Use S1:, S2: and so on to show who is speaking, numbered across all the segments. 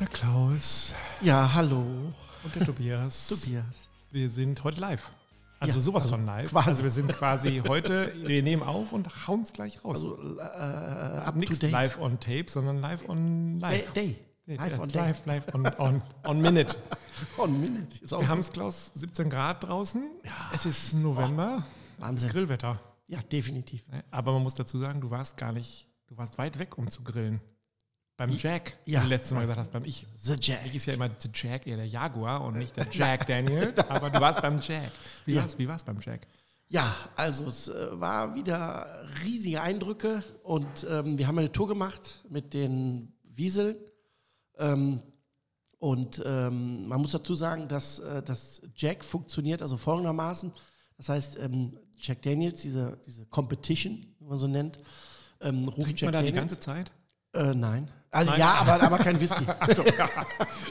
S1: Der Klaus
S2: Ja, hallo.
S1: und der Tobias.
S2: Tobias.
S1: Wir sind heute live. Also
S2: Ja,
S1: sowas
S2: also
S1: von live.
S2: quasi.
S1: Also wir sind quasi heute, wir nehmen auf und hauen es gleich raus.
S2: Also, äh, up to
S1: Nichts
S2: date.
S1: live on tape, sondern live on
S2: Day.
S1: live.
S2: Day.
S1: Nee,
S2: Live
S1: äh,
S2: on
S1: live,
S2: live.
S1: live on, on, on minute.
S2: On minute. Ist auch
S1: Wir haben es, Klaus, 17 Grad draußen. Es ist November.
S2: Oh.
S1: Es ist
S2: Wahnsinn.
S1: Grillwetter.
S2: Ja, definitiv.
S1: Ne? Aber man muss dazu sagen, du warst gar nicht, du warst weit weg, um zu grillen. Beim Jack,
S2: Ja.
S1: wie du letztes Mal gesagt hast, beim Ich.
S2: The Jack.
S1: Ich ist ja immer der Jack, eher der Jaguar und nicht der Jack Daniel. aber du warst beim Jack. Wie
S2: Ja.
S1: war's, wie war's beim Jack?
S2: Ja, also es äh, war wieder riesige Eindrücke und ähm, wir haben eine Tour gemacht mit den Wieseln. Ähm, und ähm, man muss dazu sagen, dass äh, das Jack funktioniert also folgendermaßen. Das heißt, ähm, Jack Daniels, diese, diese Competition, wie man so nennt, ähm, ruft
S1: Trinkt
S2: Jack
S1: man da die
S2: Daniels.
S1: ganze Zeit?
S2: Äh, nein. Also
S1: Nein.
S2: ja, aber, aber kein Whisky.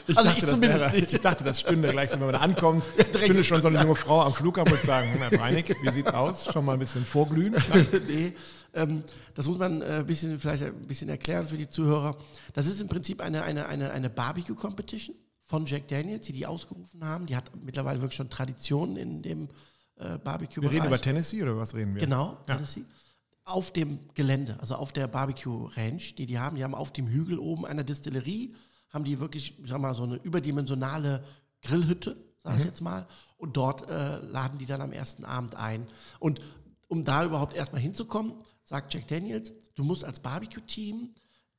S1: Ich
S2: Also ich
S1: das
S2: zumindest
S1: wäre-
S2: nicht.
S1: Ich dachte, das stünde gleich, so, wenn man ankommt, stünde schon so eine junge Frau am Flughafen und sagen, "Hm, Herr Breinig, wie sieht's aus? Schon mal ein bisschen vorglühen.
S2: nee, ähm, das muss man äh, ein bisschen, vielleicht ein bisschen erklären für die Zuhörer. Das ist im Prinzip eine, eine, eine, eine Barbecue-Competition von Jack Daniels, die die ausgerufen haben. Die hat mittlerweile wirklich schon Traditionen in dem äh,
S1: Wir
S2: Barbecue-Bereich.
S1: reden über Tennessee oder was reden wir?
S2: Genau, Tennessee. Auf dem Gelände, also auf der Barbecue Ranch, die die haben. Die haben auf dem Hügel oben einer Distillerie, haben die wirklich, ich sag mal, so eine überdimensionale Grillhütte, sage ich
S1: Mhm.
S2: jetzt mal. Und dort äh, laden die dann am ersten Abend ein. Und um da überhaupt erstmal hinzukommen, sagt Jack Daniels, du musst als Barbecue-Team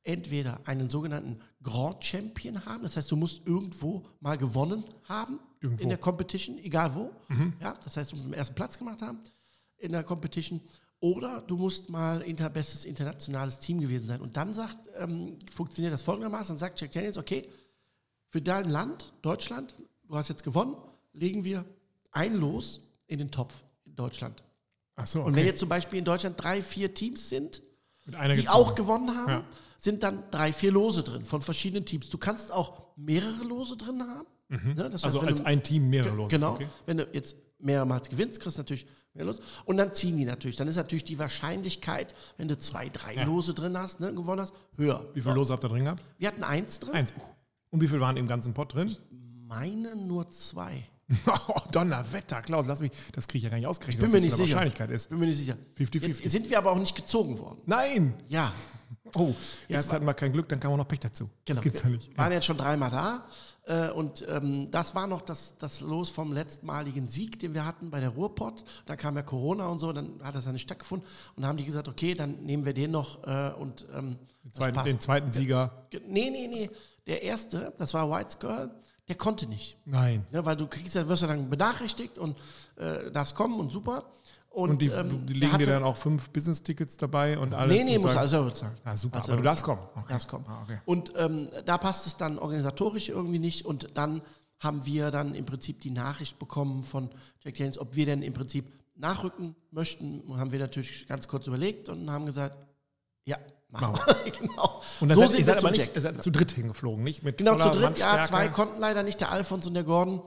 S2: entweder einen sogenannten Grand Champion haben, das heißt, du musst irgendwo mal gewonnen haben
S1: Irgendwo. Mhm.
S2: in der Competition, egal wo. Ja, das heißt, du musst den ersten Platz gemacht haben in der Competition. Oder du musst mal inter bestes internationales Team gewesen sein. Und dann sagt, ähm, funktioniert das folgendermaßen, dann sagt Jack Daniels, okay, für dein Land, Deutschland, du hast jetzt gewonnen, legen wir ein Los in den Topf in Deutschland.
S1: Achso, okay.
S2: Und wenn jetzt zum Beispiel in Deutschland drei, vier Teams sind,
S1: Mit einer
S2: die
S1: gezogen.
S2: auch gewonnen haben,
S1: Ja.
S2: sind dann drei, vier Lose drin von verschiedenen Teams. Du kannst auch mehrere Lose drin haben. Ne? Das heißt,
S1: Also
S2: wenn
S1: als
S2: du-
S1: ein Team mehrere los.
S2: Genau.
S1: Okay.
S2: Wenn du jetzt mehrmals gewinnst, kriegst du natürlich mehr Lose. Und dann ziehen die natürlich. Dann ist natürlich die Wahrscheinlichkeit, wenn du zwei, drei Lose drin hast, ne, gewonnen hast, höher.
S1: Wie viele Lose habt ihr drin gehabt?
S2: Wir hatten eins drin,
S1: Eins. Uh. Und wie viel waren im ganzen Pott drin?
S2: meine nur zwei.
S1: Oh, Donnerwetter, Klaus, lass mich. Das kriege ich ja gar nicht ausgerechnet,
S2: Bin
S1: was
S2: mir
S1: das
S2: nicht
S1: für eine
S2: sicher.
S1: Wahrscheinlichkeit ist.
S2: Bin mir nicht sicher.
S1: 50-50.
S2: Jetzt sind wir aber auch nicht gezogen worden.
S1: Nein!
S2: Ja,
S1: Oh, jetzt hatten wir kein Glück, dann kam auch noch Pech dazu.
S2: Genau.
S1: Das gibt's ja nicht.
S2: waren jetzt schon dreimal da. Äh, und ähm, das war noch das, das Los vom letztmaligen Sieg, den wir hatten bei der Ruhrpott. Da kam ja Corona und so, dann hat das ja nicht stattgefunden. Und dann haben die gesagt, okay, dann nehmen wir den noch äh, und ähm, das
S1: Zweiten,
S2: passt.
S1: den zweiten Sieger.
S2: Ge- Nee, nee, nee. Der erste, das war White's Girl, der konnte nicht.
S1: Nein.
S2: Ne, weil du kriegst ja, wirst ja dann benachrichtigt und äh, darfst kommen und super. Und,
S1: Und die,
S2: ähm,
S1: die
S2: der
S1: legen
S2: hatte-
S1: dir dann auch fünf Business-Tickets dabei und alles.
S2: Nee, nee,
S1: und
S2: muss
S1: sagen-
S2: also- alles selber bezahlen.
S1: Ah, super, aber
S2: Alles
S1: du
S2: selber
S1: darfst kommen. Okay.
S2: Darfst kommen.
S1: Ah, okay.
S2: Und ähm, da passt es dann organisatorisch irgendwie nicht. Und dann haben wir dann im Prinzip die Nachricht bekommen von Jack Daniels, ob wir denn im Prinzip nachrücken möchten. Und haben wir natürlich ganz kurz überlegt und haben gesagt, ja, machen wir. genau.
S1: Und dann
S2: so
S1: seid,
S2: sind
S1: ihr
S2: wir
S1: seid
S2: zum
S1: aber nicht,
S2: Jack.
S1: ihr seid zu dritt hingeflogen, nicht? Mit
S2: Genau,
S1: voller
S2: zu dritt, ja,
S1: Mannstärke.
S2: zwei konnten leider nicht. Der Alfons und der Gordon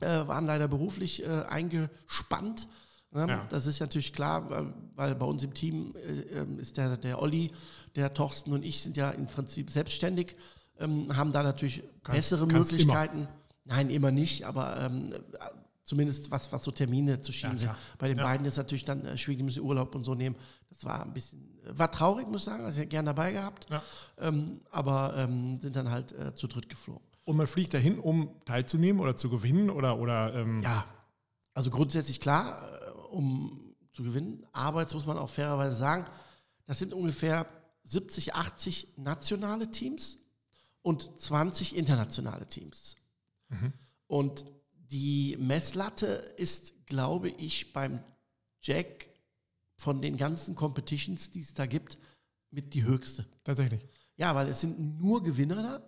S2: äh, waren leider beruflich äh, eingespannt. Ne?
S1: Ja.
S2: Das ist natürlich klar, weil, weil bei uns im Team äh, ähm, ist der, der Olli, der Torsten und ich sind ja im Prinzip selbstständig, ähm, haben da natürlich
S1: Kannst-
S2: bessere
S1: kannst immer.
S2: Möglichkeiten. Nein, immer nicht, aber ähm, äh, zumindest was, was so Termine zu schieben
S1: Ja,
S2: sind.
S1: klar.
S2: Bei den
S1: Ja.
S2: beiden ist natürlich dann äh, schwierig, die müssen Urlaub und so nehmen. Das war ein bisschen, äh, war traurig, muss ich sagen, also ich hätte gerne dabei gehabt.
S1: Ja.
S2: Ähm, aber ähm, sind dann halt äh, zu dritt geflogen.
S1: Und man fliegt dahin, um teilzunehmen oder zu gewinnen oder, oder ähm,
S2: Ja. Also grundsätzlich klar, äh, um zu gewinnen. Aber jetzt muss man auch fairerweise sagen, das sind ungefähr 70, 80 nationale Teams und 20 internationale Teams. Und die Messlatte ist, glaube ich, beim Jack von den ganzen Competitions, die es da gibt, mit die höchste.
S1: tatsächlich.
S2: Ja, weil es sind nur Gewinner da.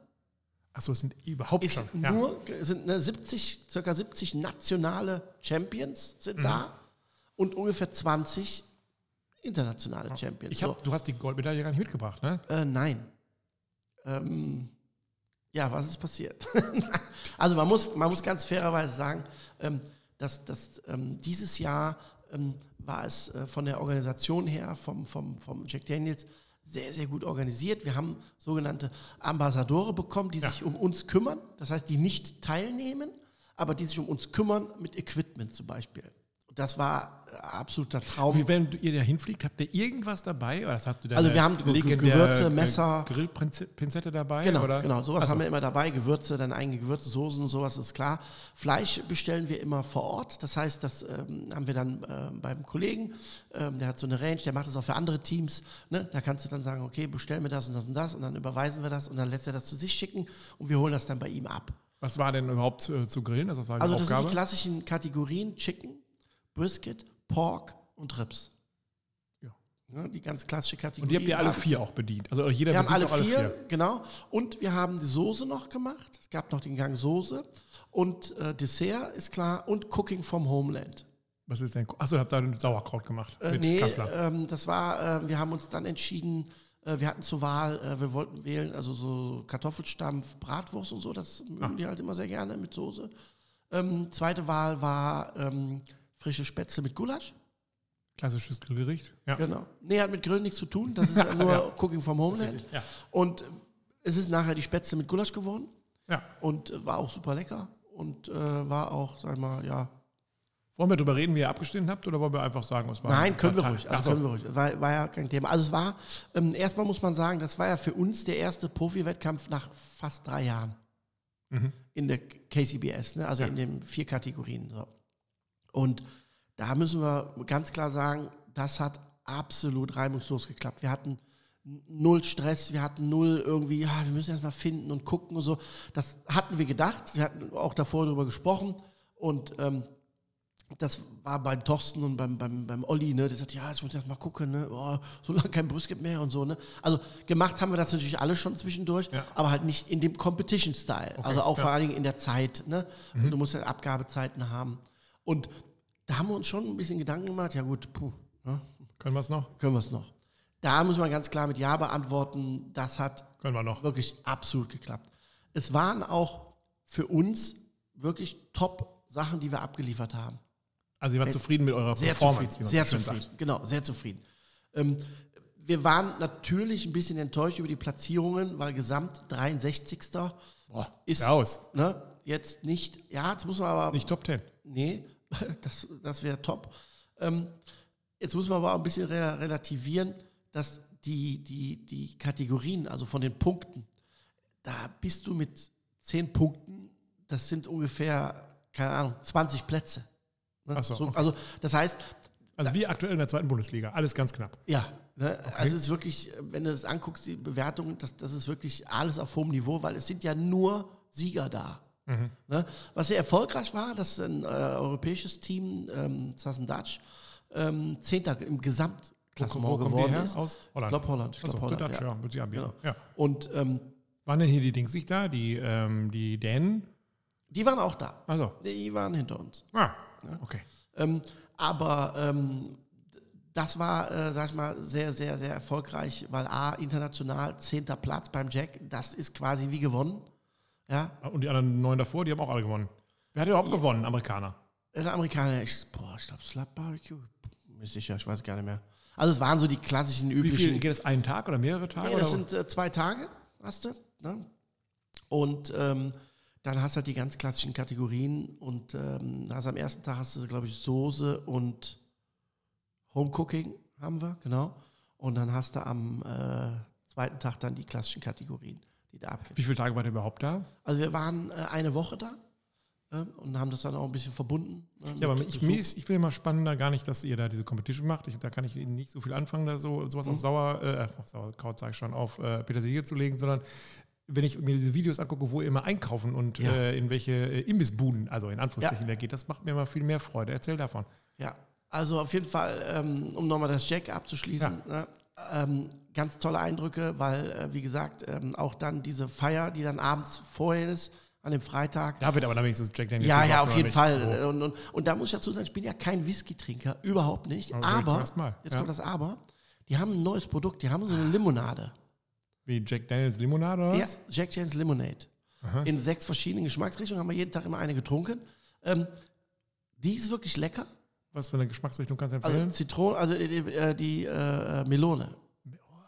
S1: Achso, es sind überhaupt
S2: ist
S1: schon. ja.
S2: nur, es sind ne, 70, circa 70 nationale Champions sind
S1: Mhm.
S2: da und ungefähr 20 internationale Champions.
S1: Ich hab, Du hast die Goldmedaille gar nicht mitgebracht, ne?
S2: so, äh, nein. Ähm, ja, was ist passiert? also man muss, man muss ganz fairerweise sagen, ähm, dass, dass ähm, dieses Jahr ähm, war es äh, von der Organisation her, vom, vom, vom Jack Daniels, sehr, sehr gut organisiert. Wir haben sogenannte Ambassadore bekommen, die sich um uns kümmern. Das heißt, die nicht teilnehmen, aber die sich um uns kümmern mit Equipment zum Beispiel. Das war ein absoluter Traum.
S1: Wie, wenn ihr da hinfliegt, habt ihr irgendwas dabei? Oder das hast du da
S2: Also
S1: eine
S2: wir haben Ge- Ge-
S1: legendäre
S2: Gewürze, Messer.
S1: Grillpinzette dabei?
S2: Genau,
S1: oder? Also.
S2: genau. Sowas
S1: Ach so.
S2: haben wir immer dabei. Gewürze, dann eigene Gewürze, Soßen, sowas ist klar. Fleisch bestellen wir immer vor Ort. Das heißt, das ähm, haben wir dann ähm, beim Kollegen, ähm, der hat so eine Range, der macht das auch für andere Teams. Ne? Da kannst du dann sagen, okay, bestellen wir das und das und das und dann überweisen wir das und dann lässt er das zu sich schicken und wir holen das dann bei ihm ab.
S1: Was war denn überhaupt zu, zu grillen? Also, was war die
S2: Also das sind
S1: Aufgabe?
S2: die klassischen Kategorien Chicken, Brisket, Pork und Ribs.
S1: Ja.
S2: Ne? Die ganz klassische Kategorie.
S1: und die habt ihr alle vier auch bedient. Also jeder
S2: Wir haben alle
S1: bedient auch
S2: vier, genau. Und wir haben die Soße noch gemacht. Es gab noch den Gang Soße. Und äh, Dessert ist klar. Und Cooking from Homeland.
S1: Was ist denn? Achso, ihr habt da ein Sauerkraut gemacht
S2: Äh,
S1: mit
S2: nee,
S1: Kassler.
S2: ähm, das war, äh, wir haben uns dann entschieden, äh, wir hatten zur Wahl, äh, wir wollten wählen, also so Kartoffelstampf, Bratwurst und so. Das mögen die halt immer sehr gerne mit Soße. Ähm, zweite Wahl war ähm, frische Spätzle mit Gulasch.
S1: Klassisches Grillgericht. Ja.
S2: Genau. Nee, hat mit Grill nichts zu tun. Das ist ja nur Cooking from Homeland.
S1: ja.
S2: Und äh, es ist nachher die Spätzle mit Gulasch geworden.
S1: ja.
S2: und äh, war auch super lecker und äh, war auch, sag ich mal, ja.
S1: Wollen wir darüber reden, wie ihr abgestimmt habt, oder wollen wir einfach sagen, es war
S2: Nein, können wir ruhig.
S1: Ach
S2: Also
S1: so.
S2: können wir ruhig. War, war ja kein Thema. Also es war, ähm, erstmal muss man sagen, das war ja für uns der erste Profi-Wettkampf nach fast drei Jahren
S1: Mhm.
S2: in der KCBS, ne? also in den vier Kategorien. So. Und da müssen wir ganz klar sagen, das hat absolut reibungslos geklappt. Wir hatten null Stress, wir hatten null irgendwie, ja, wir müssen erstmal finden und gucken und so. Das hatten wir gedacht, wir hatten auch davor darüber gesprochen und ähm, das war beim Thorsten und beim, beim, beim Olli, ne? Der sagt, ja, ich muss erst mal gucken, ne? Oh, so lange kein Brisket mehr und so, ne? Also gemacht haben wir das natürlich alle schon zwischendurch,
S1: Ja.
S2: aber halt nicht in dem Competition-Style. also auch vor allen Dingen in der Zeit, ne? Du musst ja Abgabezeiten haben. Und da haben wir uns schon ein bisschen Gedanken gemacht, ja gut, puh, ne?
S1: Können wir es noch?
S2: können wir es noch. Da muss man ganz klar mit Ja beantworten, das hat
S1: Können wir noch.
S2: wirklich absolut geklappt. Es waren auch für uns wirklich top Sachen, die wir abgeliefert haben.
S1: Also ihr wart zufrieden mit eurer
S2: Sehr
S1: Performance.
S2: zufrieden.
S1: wie man
S2: Sehr
S1: so schön
S2: zufrieden. Genau, sehr zufrieden. Ähm, wir waren natürlich ein bisschen enttäuscht über die Platzierungen, weil Gesamt 63. ist
S1: sagt. Raus.
S2: ne, jetzt nicht. Ja, jetzt muss man aber.
S1: Nicht Top Ten.
S2: Nee, das, das wäre top. Ähm, jetzt muss man aber auch ein bisschen re relativieren, dass die, die, die Kategorien, also von den Punkten, da bist du mit 10 Punkten, das sind ungefähr, keine Ahnung, 20 Plätze. Ne?
S1: Ach so, okay.
S2: Also das heißt,
S1: Also wie aktuell in der zweiten Bundesliga. Alles ganz knapp.
S2: ja, ne? also es ist wirklich, wenn du das anguckst, die Bewertungen, das, das ist wirklich alles auf hohem Niveau, weil es sind ja nur Sieger da. Ne? Was sehr erfolgreich war, dass ein äh, europäisches Team, ähm, Sassendatsch, ähm, Zehnter im Gesamtklassement geworden ist.
S1: Aus
S2: Ich
S1: Holland.
S2: glaube Holland. Ich
S1: Achso,
S2: glaub,
S1: Holland,
S2: Holland
S1: Dutch, ja. wird sich anbieten.
S2: Genau.
S1: Ja.
S2: Und ähm,
S1: Waren denn hier die Dings nicht da? Die, ähm, die Dänen?
S2: die waren auch da.
S1: Also,
S2: Die waren hinter uns.
S1: ah, okay.
S2: Ähm, aber ähm, das war, äh, sag ich mal, sehr, sehr, sehr erfolgreich, weil A, international, zehnter Platz beim Jack, das ist quasi wie gewonnen. Ja,
S1: Und die anderen neun davor, die haben auch alle gewonnen. Wer hat überhaupt gewonnen? Amerikaner.
S2: Äh, der Amerikaner, ich, boah, ich glaube, Slap Barbecue, mir ist sicher, ich weiß gar nicht mehr. Also es waren so die klassischen,
S1: Wie
S2: üblichen.
S1: viel? Geht es einen Tag oder mehrere Tage?
S2: Nee, das
S1: oder?
S2: sind äh, zwei Tage, hast du. Ne? Und ähm, dann hast du halt die ganz klassischen Kategorien und ähm, da hast du am ersten Tag hast du, glaube ich, Soße und Home Cooking haben wir, genau. Und dann hast du am äh, zweiten Tag dann die klassischen Kategorien, die da abgehen.
S1: Wie viele Tage wart ihr überhaupt da?
S2: Also wir waren äh, eine Woche da ähm, und haben das dann auch ein bisschen verbunden. ne,
S1: Ja, aber
S2: mit
S1: ich,
S2: Besuch.
S1: mir ist, ich will mal spannender gar nicht, dass ihr da diese Competition macht. Ich, da kann ich nicht so viel anfangen, da so sowas
S2: Mhm.
S1: auf Sauer, äh, auf Sauerkraut sage ich schon, auf äh, Petersilie zu legen, sondern wenn ich mir diese Videos angucke, wo ihr immer einkaufen und
S2: Ja.
S1: äh, in welche äh, Imbissbuden, also in Anführungsstrichen, da geht, das macht mir immer viel mehr Freude. Erzähl davon.
S2: Ja, also auf jeden Fall, ähm, um nochmal das Jack abzuschließen, ne, ähm, ganz tolle Eindrücke, weil, äh, wie gesagt, ähm, auch dann diese Feier, die dann abends vorher ist, an dem Freitag.
S1: Da wird aber dann wenigstens Jack Daniels.
S2: Ja,
S1: gesoffen
S2: ja, auf
S1: oder Also,
S2: jeden
S1: nicht.
S2: Fall. Äh,
S1: So.
S2: Und, und, und da muss ich dazu sagen, ich bin ja kein Whisky-Trinker, überhaupt nicht.
S1: Aber das
S2: Aber,
S1: zum ersten Also Mal,
S2: jetzt
S1: ja.
S2: kommt das Aber, die haben ein neues Produkt, die haben so eine Limonade.
S1: Wie Jack Daniels Limonade oder
S2: Ja,
S1: was?
S2: Jack Daniels Lemonade. In sechs verschiedenen Geschmacksrichtungen haben wir jeden Tag immer eine getrunken. Ähm, die ist wirklich lecker.
S1: Was für eine Geschmacksrichtung kannst du
S2: Also
S1: empfehlen?
S2: Zitrone, also die, die, äh, die äh, Melone.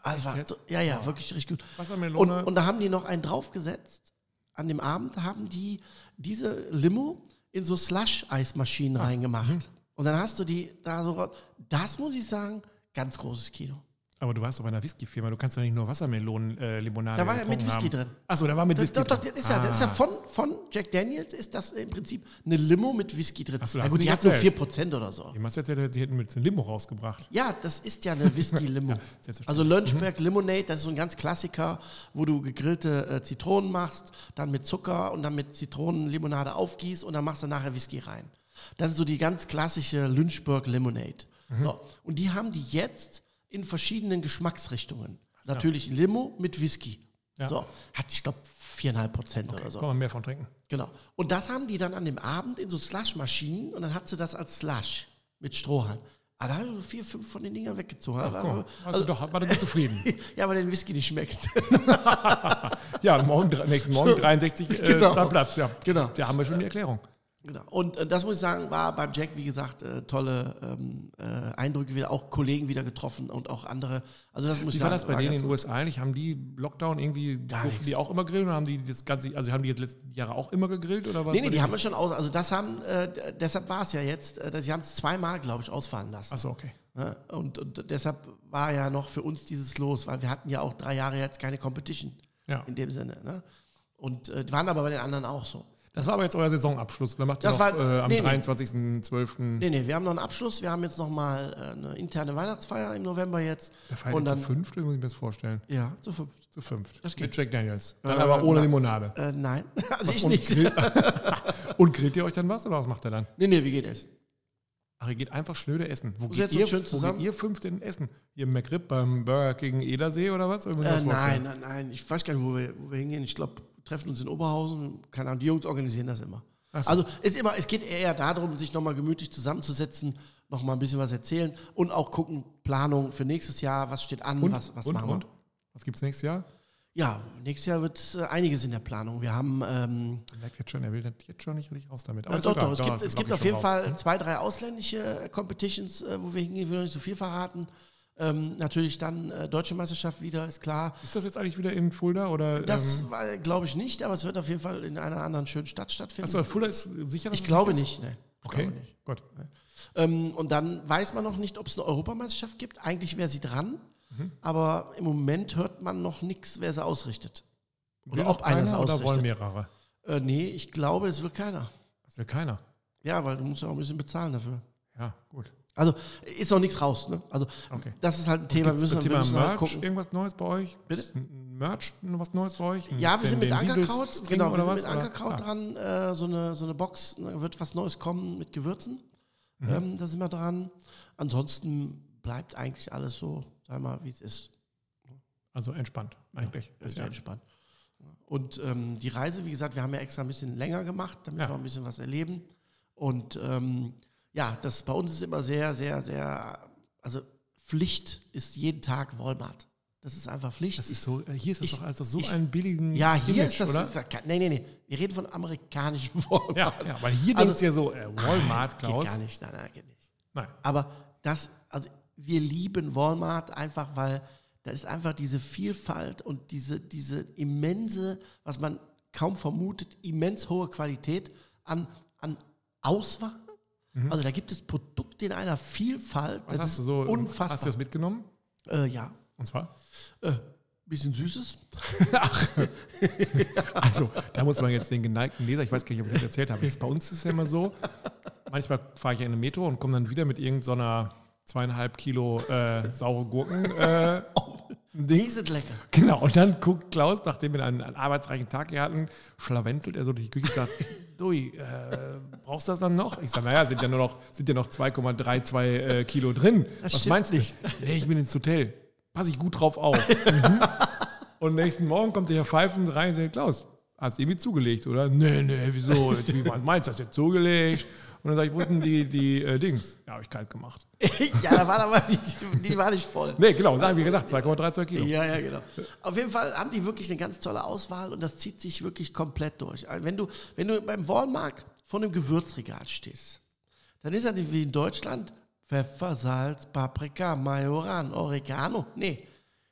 S2: Ah, es war,
S1: Oh, jetzt?
S2: ja, ja, wirklich richtig gut. Und,
S1: Wassermelone.
S2: und da haben die noch einen draufgesetzt. An dem Abend haben die diese Limo in so
S1: Ah,
S2: Slush-Eismaschinen reingemacht.
S1: mhm.
S2: Und dann hast du die da so. Das muss ich sagen, ganz großes Kino.
S1: aber du warst doch bei einer Whisky-Firma. Du kannst doch nicht nur Wassermelonen-Limonade äh, Limonade
S2: Da war ja mit
S1: getrunken
S2: Whisky
S1: haben.
S2: drin.
S1: Achso, da war mit
S2: Das,
S1: Whisky
S2: doch, doch,
S1: drin.
S2: das ist ja, das ist ja
S1: Ah.
S2: von, von Jack Daniels ist das im Prinzip eine Limo mit Whisky drin.
S1: Ach so,
S2: Na
S1: hast
S2: gut,
S1: du
S2: die
S1: nicht
S2: hat nur
S1: erzählt.
S2: 4% oder so.
S1: Die hast erzählt, die hätten mit einem Limo rausgebracht.
S2: Ja, das ist ja eine Whisky-Limo.
S1: selbstverständlich. Mhm.
S2: also Lönchberg Limonade, das ist so ein ganz Klassiker, wo du gegrillte äh, Zitronen machst, dann mit Zucker und dann mit Zitronenlimonade aufgießt und dann machst du nachher Whisky rein. Das ist so die ganz klassische Lynchburg Limonade.
S1: Mhm.
S2: So. Und die haben die jetzt in verschiedenen Geschmacksrichtungen. Natürlich Limo mit Whisky.
S1: Ja.
S2: So, hat ich glaube 4,5 Prozent oder so.
S1: Kann man mehr von trinken.
S2: Genau. Und das haben die dann an dem Abend in so Slush-Maschinen und dann hat sie das als Slush mit Strohhalm. Aber da haben wir vier, fünf von den Dingern weggezogen.
S1: Guck mal,
S2: also,
S1: hast du doch, war du gut zufrieden.
S2: ja, weil den Whisky nicht schmeckst.
S1: Ja, morgen, dre- nächsten Morgen 63 äh,
S2: Genau.
S1: Zahnplatz. Ja.
S2: Genau.
S1: Da haben wir schon die Erklärung.
S2: genau. Und äh, das muss ich sagen, war beim Jack, wie gesagt, äh, tolle ähm, äh, Eindrücke wieder, auch Kollegen wieder getroffen und auch andere. Also das muss ich
S1: Wie war das
S2: sagen.
S1: bei denen in
S2: ganz
S1: den
S2: gut.
S1: USA eigentlich? Haben die Lockdown irgendwie,
S2: Gar
S1: durften
S2: nichts.
S1: die auch immer grillen? Oder haben die das ganze, also haben die jetzt letzten Jahre auch immer gegrillt? Oder was?
S2: Nee, nee, die haben wir schon aus. Also das haben, äh, d- deshalb war es ja jetzt, äh, sie haben es zweimal, glaube ich, ausfallen lassen.
S1: Achso, okay.
S2: Ne? Und, und deshalb war ja noch für uns dieses Los, weil wir hatten ja auch drei Jahre jetzt keine Competition
S1: Ja.
S2: in dem Sinne. Ne? Und äh, die waren aber bei den anderen auch so.
S1: Das war aber jetzt euer Saisonabschluss. Oder macht ihr
S2: Das
S1: noch
S2: war-
S1: äh, am
S2: nee, nee.
S1: 23.12.
S2: Nee, nee, wir haben noch einen Abschluss. Wir haben jetzt nochmal äh, eine interne Weihnachtsfeier im November jetzt.
S1: Da feiert
S2: und
S1: ihr zu
S2: dann,
S1: fünft, oder muss ich mir das vorstellen?
S2: Ja, zu fünf.
S1: Zu fünft.
S2: Das geht.
S1: Mit Jack Daniels. Dann
S2: Äh,
S1: aber ohne
S2: na-
S1: Limonade.
S2: Äh, nein, also ich
S1: und,
S2: nicht.
S1: grill- und grillt ihr euch dann was oder was macht ihr dann?
S2: Nee, nee, wie geht es?
S1: Ach, ihr geht einfach schnöde essen. Wo geht,
S2: setzt
S1: ihr,
S2: uns schön
S1: wo geht
S2: zusammen.
S1: ihr fünf denn essen? Hier im McRib beim Burger gegen Edersee oder was? Oder muss ich mir
S2: Äh,
S1: das vorstellen?
S2: nein, nein, nein. Ich weiß gar nicht, wo wir, wo wir hingehen. Ich glaube, treffen uns in Oberhausen. Keine Ahnung, die Jungs organisieren das immer.
S1: Ach so.
S2: Also ist immer, es geht eher darum, sich nochmal gemütlich zusammenzusetzen, nochmal ein bisschen was erzählen und auch gucken, Planung für nächstes Jahr, was steht an,
S1: Und,
S2: was, was
S1: und,
S2: machen
S1: und?
S2: wir.
S1: Was gibt's nächstes Jahr?
S2: Ja, nächstes Jahr wird äh, einiges in der Planung. Wir haben ähm,
S1: Er merkt jetzt schon, er will das jetzt schon nicht richtig raus damit.
S2: Na,
S1: ist
S2: Äh, doch,
S1: egal.
S2: doch, es gibt,
S1: das
S2: es
S1: ist
S2: gibt
S1: locker
S2: auf jeden
S1: schon raus. ne?
S2: Fall zwei, drei ausländische äh, Competitions, äh, wo wir hingehen, ich will noch nicht so viel verraten. Ähm, natürlich dann äh, Deutsche Meisterschaft wieder, ist klar.
S1: Ist das jetzt eigentlich wieder in Fulda oder?
S2: Das
S1: Ähm,
S2: war, glaube ich nicht, aber es wird auf jeden Fall in einer anderen schönen Stadt stattfinden.
S1: achso, Fulda ist sicher. dass
S2: ich
S1: es
S2: glaube
S1: ist?
S2: nicht. Nee, ich
S1: Okay,
S2: glaube nicht.
S1: gut.
S2: Ähm, und dann weiß man noch nicht, ob es eine Europameisterschaft gibt. Eigentlich wäre sie dran,
S1: Mhm.
S2: aber im Moment hört man noch nichts, wer sie ausrichtet. Oder
S1: Will
S2: ob
S1: auch
S2: einer es
S1: keiner oder wollen
S2: ausrichtet.
S1: mehrere?
S2: Äh, nee, ich glaube, es will keiner.
S1: Das will keiner.
S2: Ja, weil du musst ja auch ein bisschen bezahlen dafür.
S1: Ja, gut.
S2: Also ist noch nichts raus. Ne? Also
S1: Okay.
S2: das ist halt ein Thema. Wir
S1: Gibt's
S2: müssen,
S1: beim
S2: wir
S1: Thema
S2: müssen halt
S1: Merch
S2: gucken.
S1: irgendwas Neues bei euch?
S2: Bitte?
S1: Ist ein Merch noch was Neues bei euch? Ein
S2: Ja, wir sind
S1: bisschen
S2: mit
S1: den
S2: Ankerkraut,
S1: Diesels-String
S2: genau, wir
S1: oder
S2: sind
S1: was?
S2: mit Ankerkraut
S1: Oder- Ah,
S2: dran, äh, so, eine, so eine Box, da wird was Neues kommen mit Gewürzen.
S1: Mhm.
S2: Ähm, da sind wir dran. Ansonsten bleibt eigentlich alles so, sag mal, wie es ist.
S1: Also entspannt, eigentlich.
S2: Ist ja
S1: Ja.
S2: entspannt. Und ähm, die Reise, wie gesagt, wir haben ja extra ein bisschen länger gemacht, damit
S1: Ja.
S2: wir auch ein bisschen was erleben. Und ähm, ja, das bei uns ist immer sehr, sehr, sehr, also Pflicht ist jeden Tag Walmart. Das ist einfach Pflicht.
S1: Das ist so, hier ist das
S2: Ich-
S1: doch also so
S2: ich-
S1: ein billigen
S2: ja, hier
S1: Image,
S2: ist das,
S1: oder?
S2: ist das. kein- Nee, nee, nee. Wir reden von amerikanischen Walmart.
S1: ja, ja, weil hier
S2: Also-
S1: denkst du ja so, äh, Walmart,
S2: Nein,
S1: Klaus.
S2: Geht gar nicht, nein, nein, geht nicht.
S1: Nein.
S2: Aber das, also wir lieben Walmart einfach, weil da ist einfach diese Vielfalt und diese, diese immense, was man kaum vermutet, immens hohe Qualität an, an Auswahl. Also da gibt es Produkte in einer Vielfalt.
S1: Mhm. Was hast du so? äh, Hast du
S2: unfassbar.
S1: das mitgenommen?
S2: äh, ja,
S1: Und zwar?
S2: äh, bisschen Süßes.
S1: Also, da muss man jetzt den geneigten Leser, ich weiß gar nicht, ob ich das erzählt habe, es ist, bei uns ist es ja immer so, manchmal fahre ich ja in den Metro und komme dann wieder mit irgendeiner zweieinhalb Kilo äh, saure Gurken äh,
S2: Die
S1: Dings.
S2: sind lecker.
S1: Genau, und dann guckt Klaus, nachdem wir einen, einen arbeitsreichen Tag hier hatten, schlawenzelt er so durch die Küche und sagt, Dui, äh, brauchst du das dann noch? Ich sage, naja, sind ja nur noch, sind ja noch 2,32 äh, Kilo drin. Was
S2: stimmt
S1: meinst du? Nee, ich bin ins Hotel. Pass ich gut drauf auf. mhm. Und nächsten Morgen kommt der Herr pfeifend rein und sagt, Klaus, hast du irgendwie zugelegt, oder? Nee, nee, wieso? Wie meinst du, hast du jetzt zugelegt? Und dann sage ich, wo sind die, die äh, Dings? Ja, habe ich kalt gemacht.
S2: ja, da war aber nicht, die war nicht voll.
S1: Nee, genau, sag ich, wie gesagt, 2,32 Kilo.
S2: Ja, ja, genau. Auf jeden Fall haben die wirklich eine ganz tolle Auswahl und das zieht sich wirklich komplett durch. Also Wenn du, wenn du beim Walmart vor einem Gewürzregal stehst, dann ist das nicht wie in Deutschland Pfeffer, Salz, Paprika, Majoran, Oregano. Nee,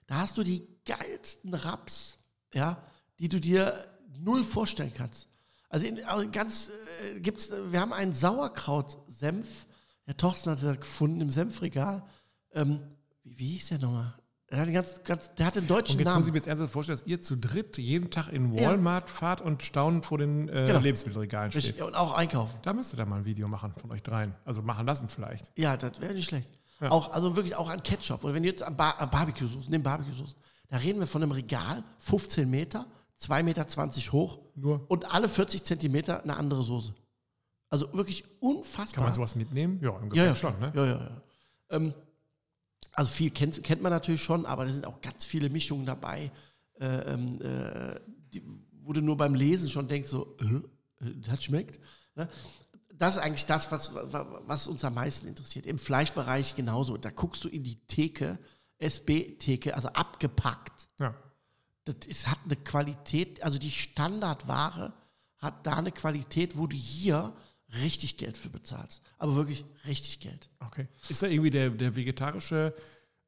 S2: Da hast du die geilsten Raps, ja, die du dir null vorstellen kannst. Also in, also ganz äh, gibt's, wir haben einen Sauerkraut-Senf. Herr Torsten hat das gefunden im Senfregal. Ähm, wie, wie hieß der nochmal? Der hat einen, ganz, ganz, der hat einen deutschen
S1: Und jetzt muss ich
S2: Namen.
S1: mir jetzt ernsthaft vorstellen, dass ihr zu dritt jeden Tag in Walmart fahrt und staunend vor den äh,
S2: Genau.
S1: Lebensmittelregalen steht.
S2: Und auch einkaufen.
S1: Da müsst ihr dann mal ein Video machen von euch dreien. Also machen lassen vielleicht.
S2: Ja, das wäre nicht schlecht. Auch, also wirklich auch an Ketchup. Oder wenn du jetzt an, Bar an Barbecue-Soßen, nimm Barbecue-Soßen. Da reden wir von einem Regal, 15 Meter, 2,20 Meter hoch.
S1: Nur.
S2: Und alle 40 Zentimeter eine andere Soße. Also wirklich
S1: Kann
S2: unfassbar.
S1: man sowas mitnehmen? Ja, im
S2: ja,
S1: Gepäck
S2: ja,
S1: schon. Ne?
S2: Ja, ja, ja. Ähm, also viel kennt, kennt man natürlich schon, aber da sind auch ganz viele Mischungen dabei, äh, ähm, äh, die, wo du nur beim Lesen schon denkst, so, äh, äh, das schmeckt. Ne? Das ist eigentlich das, was, wa- was uns am meisten interessiert. Im Fleischbereich genauso. Da guckst du in die Theke, SB-Theke, also abgepackt.
S1: Ja.
S2: Das ist, hat eine Qualität, also die Standardware hat da eine Qualität, wo du hier richtig Geld für bezahlst. Aber wirklich richtig Geld.
S1: Okay. Ist da irgendwie der, der vegetarische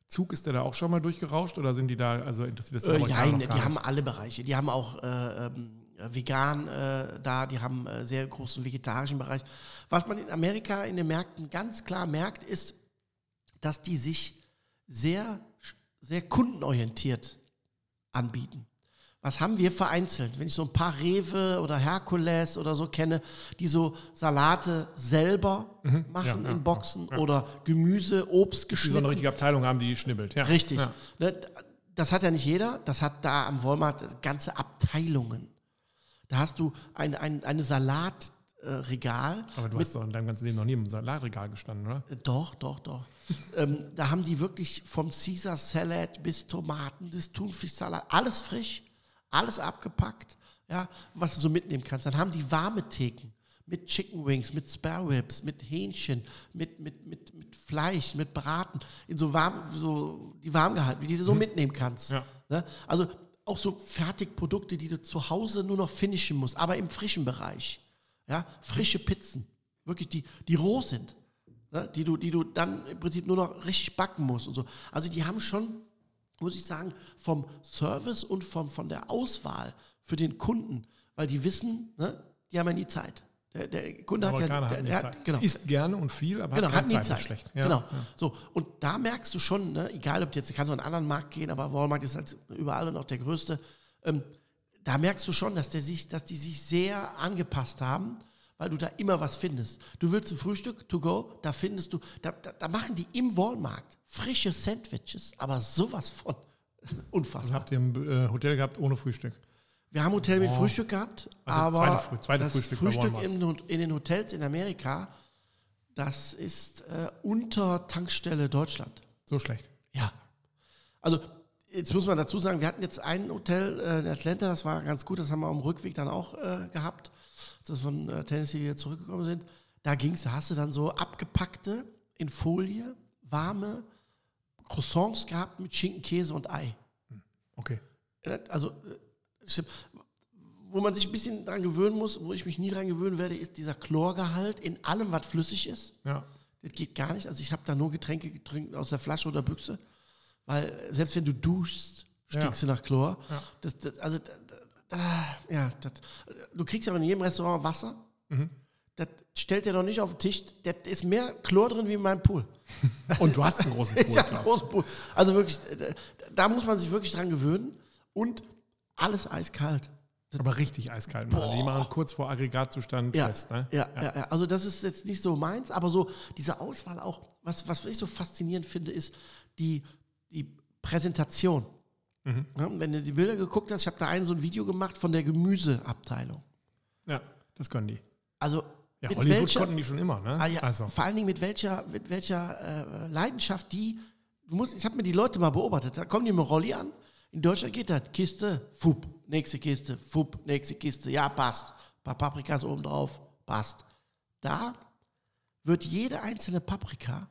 S1: Zug, ist der da auch schon mal durchgerauscht oder sind die da, also interessiert das
S2: Äh,
S1: Amerikaner
S2: nein,
S1: noch
S2: die
S1: gar nicht?
S2: haben alle Bereiche. Die haben auch äh, ähm, vegan äh, da, die haben äh, sehr großen vegetarischen Bereich. Was man in Amerika in den Märkten ganz klar merkt, ist, dass die sich sehr, sehr kundenorientiert anbieten. Was haben wir vereinzelt? Wenn ich so ein paar Rewe oder Herkules oder so kenne, die so Salate selber machen
S1: Mhm. ja, ja,
S2: in Boxen oder Gemüse, Obst
S1: Die so
S2: geschnitten.
S1: eine richtige Abteilung haben, die schnibbelt. Ja.
S2: Richtig.
S1: Ja.
S2: Ne, Das hat ja nicht jeder. Das hat da am Walmart ganze Abteilungen. Da hast du ein, ein eine Salatregal.
S1: Aber du hast doch in deinem ganzen Leben noch nie im Salatregal gestanden, oder?
S2: Doch, doch, doch. ähm, da haben die wirklich vom Caesar Salad bis Tomaten, bis Thunfischsalat, alles frisch, alles abgepackt, ja, was du so mitnehmen kannst. Dann haben die warme Theken mit Chicken Wings, mit Spare Ribs, mit Hähnchen, mit, mit, mit, mit Fleisch, mit Braten, in so warm, so die warm gehalten, wie die du so mitnehmen kannst.
S1: Ja.
S2: Ne? Also auch so Fertigprodukte, die du zu Hause nur noch finishen musst, aber im frischen Bereich. Ja? Frische Pizzen, wirklich, die, die roh sind, ne? die, du, die du dann im Prinzip nur noch richtig backen musst und so. Also die haben schon, muss ich sagen, vom Service und vom, von der Auswahl für den Kunden, weil die wissen, ne? die haben ja nie Zeit. Der, der Kunde hat ja,
S1: Amerikaner
S2: der,
S1: haben nie
S2: der,
S1: Zeit.
S2: hat- genau,
S1: Isst gerne und viel, aber
S2: genau,
S1: hat
S2: hat
S1: keine
S2: nie
S1: Zeit.
S2: Zeit.
S1: Ist schlecht. Ja.
S2: Genau. So, und da merkst du schon, ne, egal ob du jetzt, kannst du an einen anderen Markt gehen, aber Walmart ist halt überall und auch der größte. Ähm, da merkst du schon, dass, der sich, dass die sich sehr angepasst haben, weil du da immer was findest. Du willst ein Frühstück, to go, da findest du, da, da, da machen die im Walmart frische Sandwiches, aber sowas von
S1: Also
S2: unfassbar.
S1: habt ihr ein äh, Hotel gehabt ohne Frühstück?
S2: Wir haben Hotel mit Frühstück gehabt,
S1: Oh. Also
S2: aber
S1: zweite Früh- zweites
S2: das
S1: Frühstück
S2: Frühstück,
S1: bei Walmart.
S2: in, den- in den Hotels in Amerika, das ist äh, unter Tankstelle Deutschland.
S1: So schlecht.
S2: Ja. Also, jetzt muss man dazu sagen, wir hatten jetzt ein Hotel äh, in Atlanta, das war ganz gut, das haben wir am Rückweg dann auch äh, gehabt, als wir von äh, Tennessee wieder zurückgekommen sind. Da ging's, da hast du dann so abgepackte, in Folie, warme Croissants gehabt mit Schinken, Käse und Ei.
S1: Okay.
S2: Ja, Also, äh, stimmt. wo man sich ein bisschen dran gewöhnen muss, wo ich mich nie dran gewöhnen werde, ist dieser Chlorgehalt in allem, was flüssig ist.
S1: Ja.
S2: Das geht gar nicht. Also ich habe da nur Getränke getrunken aus der Flasche oder Büchse, weil äh, selbst wenn du duschst, stinkst du nach Chlor. Das, das, also, da- da- da- ja, das, du kriegst ja in jedem Restaurant Wasser. Das stellt er doch nicht auf den Tisch. Da ist mehr Chlor drin wie in meinem Pool.
S1: Und du hast einen großen Pool.
S2: Ich hab einen
S1: Klaus.
S2: großen Pool. Also wirklich, äh, da muss man sich wirklich dran gewöhnen. Und alles eiskalt.
S1: Aber richtig eiskalt machen. Die machen kurz vor Aggregatzustand
S2: Ja,
S1: fest. Ne?
S2: ja, ja. ja, also das ist jetzt nicht so meins, aber so diese Auswahl auch, was, was ich so faszinierend finde, ist die, die Präsentation.
S1: Mhm.
S2: Ja, wenn du die Bilder geguckt hast, ich habe da ein so ein Video gemacht von der Gemüseabteilung.
S1: Ja, das können die.
S2: Also
S1: Ja,
S2: mit
S1: Hollywood
S2: welcher,
S1: konnten die schon immer, ne?
S2: ah, ja,
S1: Also,
S2: vor allen Dingen mit welcher, mit welcher äh, Leidenschaft die, du musst, ich habe mir die Leute mal beobachtet, da kommen die mit dem Rolli an, in Deutschland geht das, Kiste, fupp, nächste Kiste, fupp, nächste Kiste, ja, passt. Ein paar Paprikas oben drauf, passt. Da wird jede einzelne Paprika,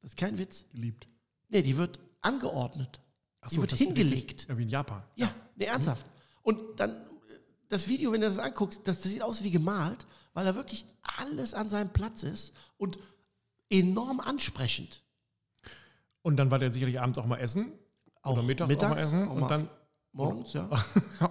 S2: das ist kein Witz,
S1: geliebt.
S2: nee, die wird angeordnet.
S1: Ach
S2: die
S1: so,
S2: wird
S1: das ist wirklich-
S2: hingelegt.
S1: Ja, wie in Japan.
S2: Ja, nee, ernsthaft. Und dann äh, das Video, wenn du das anguckst, das, das sieht aus wie gemalt, weil da wirklich alles an seinem Platz ist und enorm ansprechend.
S1: Und dann war der sicherlich abends auch mal essen.
S2: Auch
S1: Oder Mittag auch mal essen
S2: auch
S1: und
S2: mal
S1: dann- Oh.
S2: morgens, ja.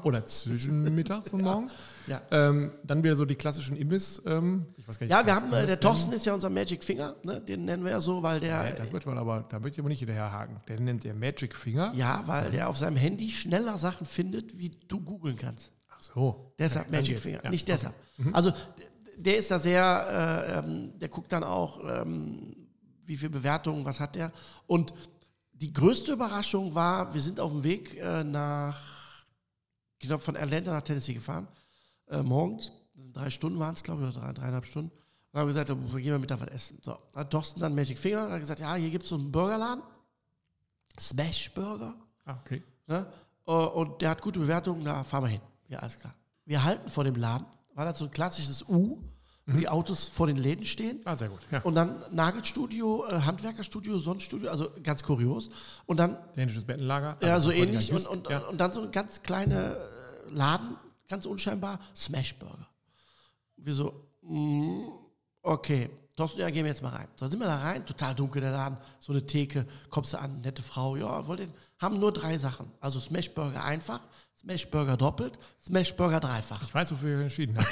S1: Oder zwischen mittags und morgens.
S2: Ja.
S1: Ähm, dann wieder so die klassischen Imbiss. Ähm, ich weiß gar nicht,
S2: Ja, wir
S1: was-
S2: haben,
S1: was
S2: äh, der
S1: denn-
S2: Thorsten ist ja unser Magic Finger, ne? den nennen wir ja so, weil
S1: Äh,
S2: der,
S1: Das wird man aber, da möchte ich aber nicht hinterherhaken. Der nennt der Magic Finger.
S2: ja, weil der auf seinem Handy schneller Sachen findet, wie du googeln kannst.
S1: Ach so.
S2: Deshalb
S1: dann
S2: Magic
S1: geht's.
S2: Finger,
S1: Ja,
S2: nicht deshalb. Also d- der ist da sehr, äh, ähm, der guckt dann auch, ähm, wie viele Bewertungen, was hat der. Und die größte Überraschung war, wir sind auf dem Weg äh, nach, ich glaube von Atlanta nach Tennessee gefahren, äh, morgens, drei Stunden waren es, glaube ich, oder drei, dreieinhalb Stunden. Und haben gesagt, ja, wir gehen wir Mittag was essen. So, hat Thorsten dann Magic Finger und hat gesagt, ja, hier gibt es so einen Burgerladen, Smash Burger.
S1: Ah, okay.
S2: Ne? Äh, Und der hat gute Bewertungen, da fahren wir hin. Ja, alles klar. Wir halten vor dem Laden, war das so ein klassisches U, wo die Autos vor den Läden stehen.
S1: Ah, sehr gut. Ja.
S2: Und dann Nagelstudio, äh, Handwerkerstudio, Sonnenstudio, also ganz kurios. Und dann,
S1: Dänisches Bettenlager.
S2: ja,
S1: Also,
S2: so
S1: das wollte ich
S2: ähnlich.
S1: gar
S2: Und,
S1: nicht
S2: und,
S1: wissen. ja.
S2: und dann so ein ganz kleiner äh, Laden, ganz unscheinbar, Smashburger. Wir so, mm, okay, Thorsten, ja, gehen wir jetzt mal rein. So, sind wir da rein, total dunkel der Laden, so eine Theke, kommst du an, nette Frau, ja, wollt ihr, haben nur drei Sachen. Also Smashburger einfach, Smashburger doppelt, Smashburger dreifach.
S1: Ich weiß, wofür ich entschieden habe.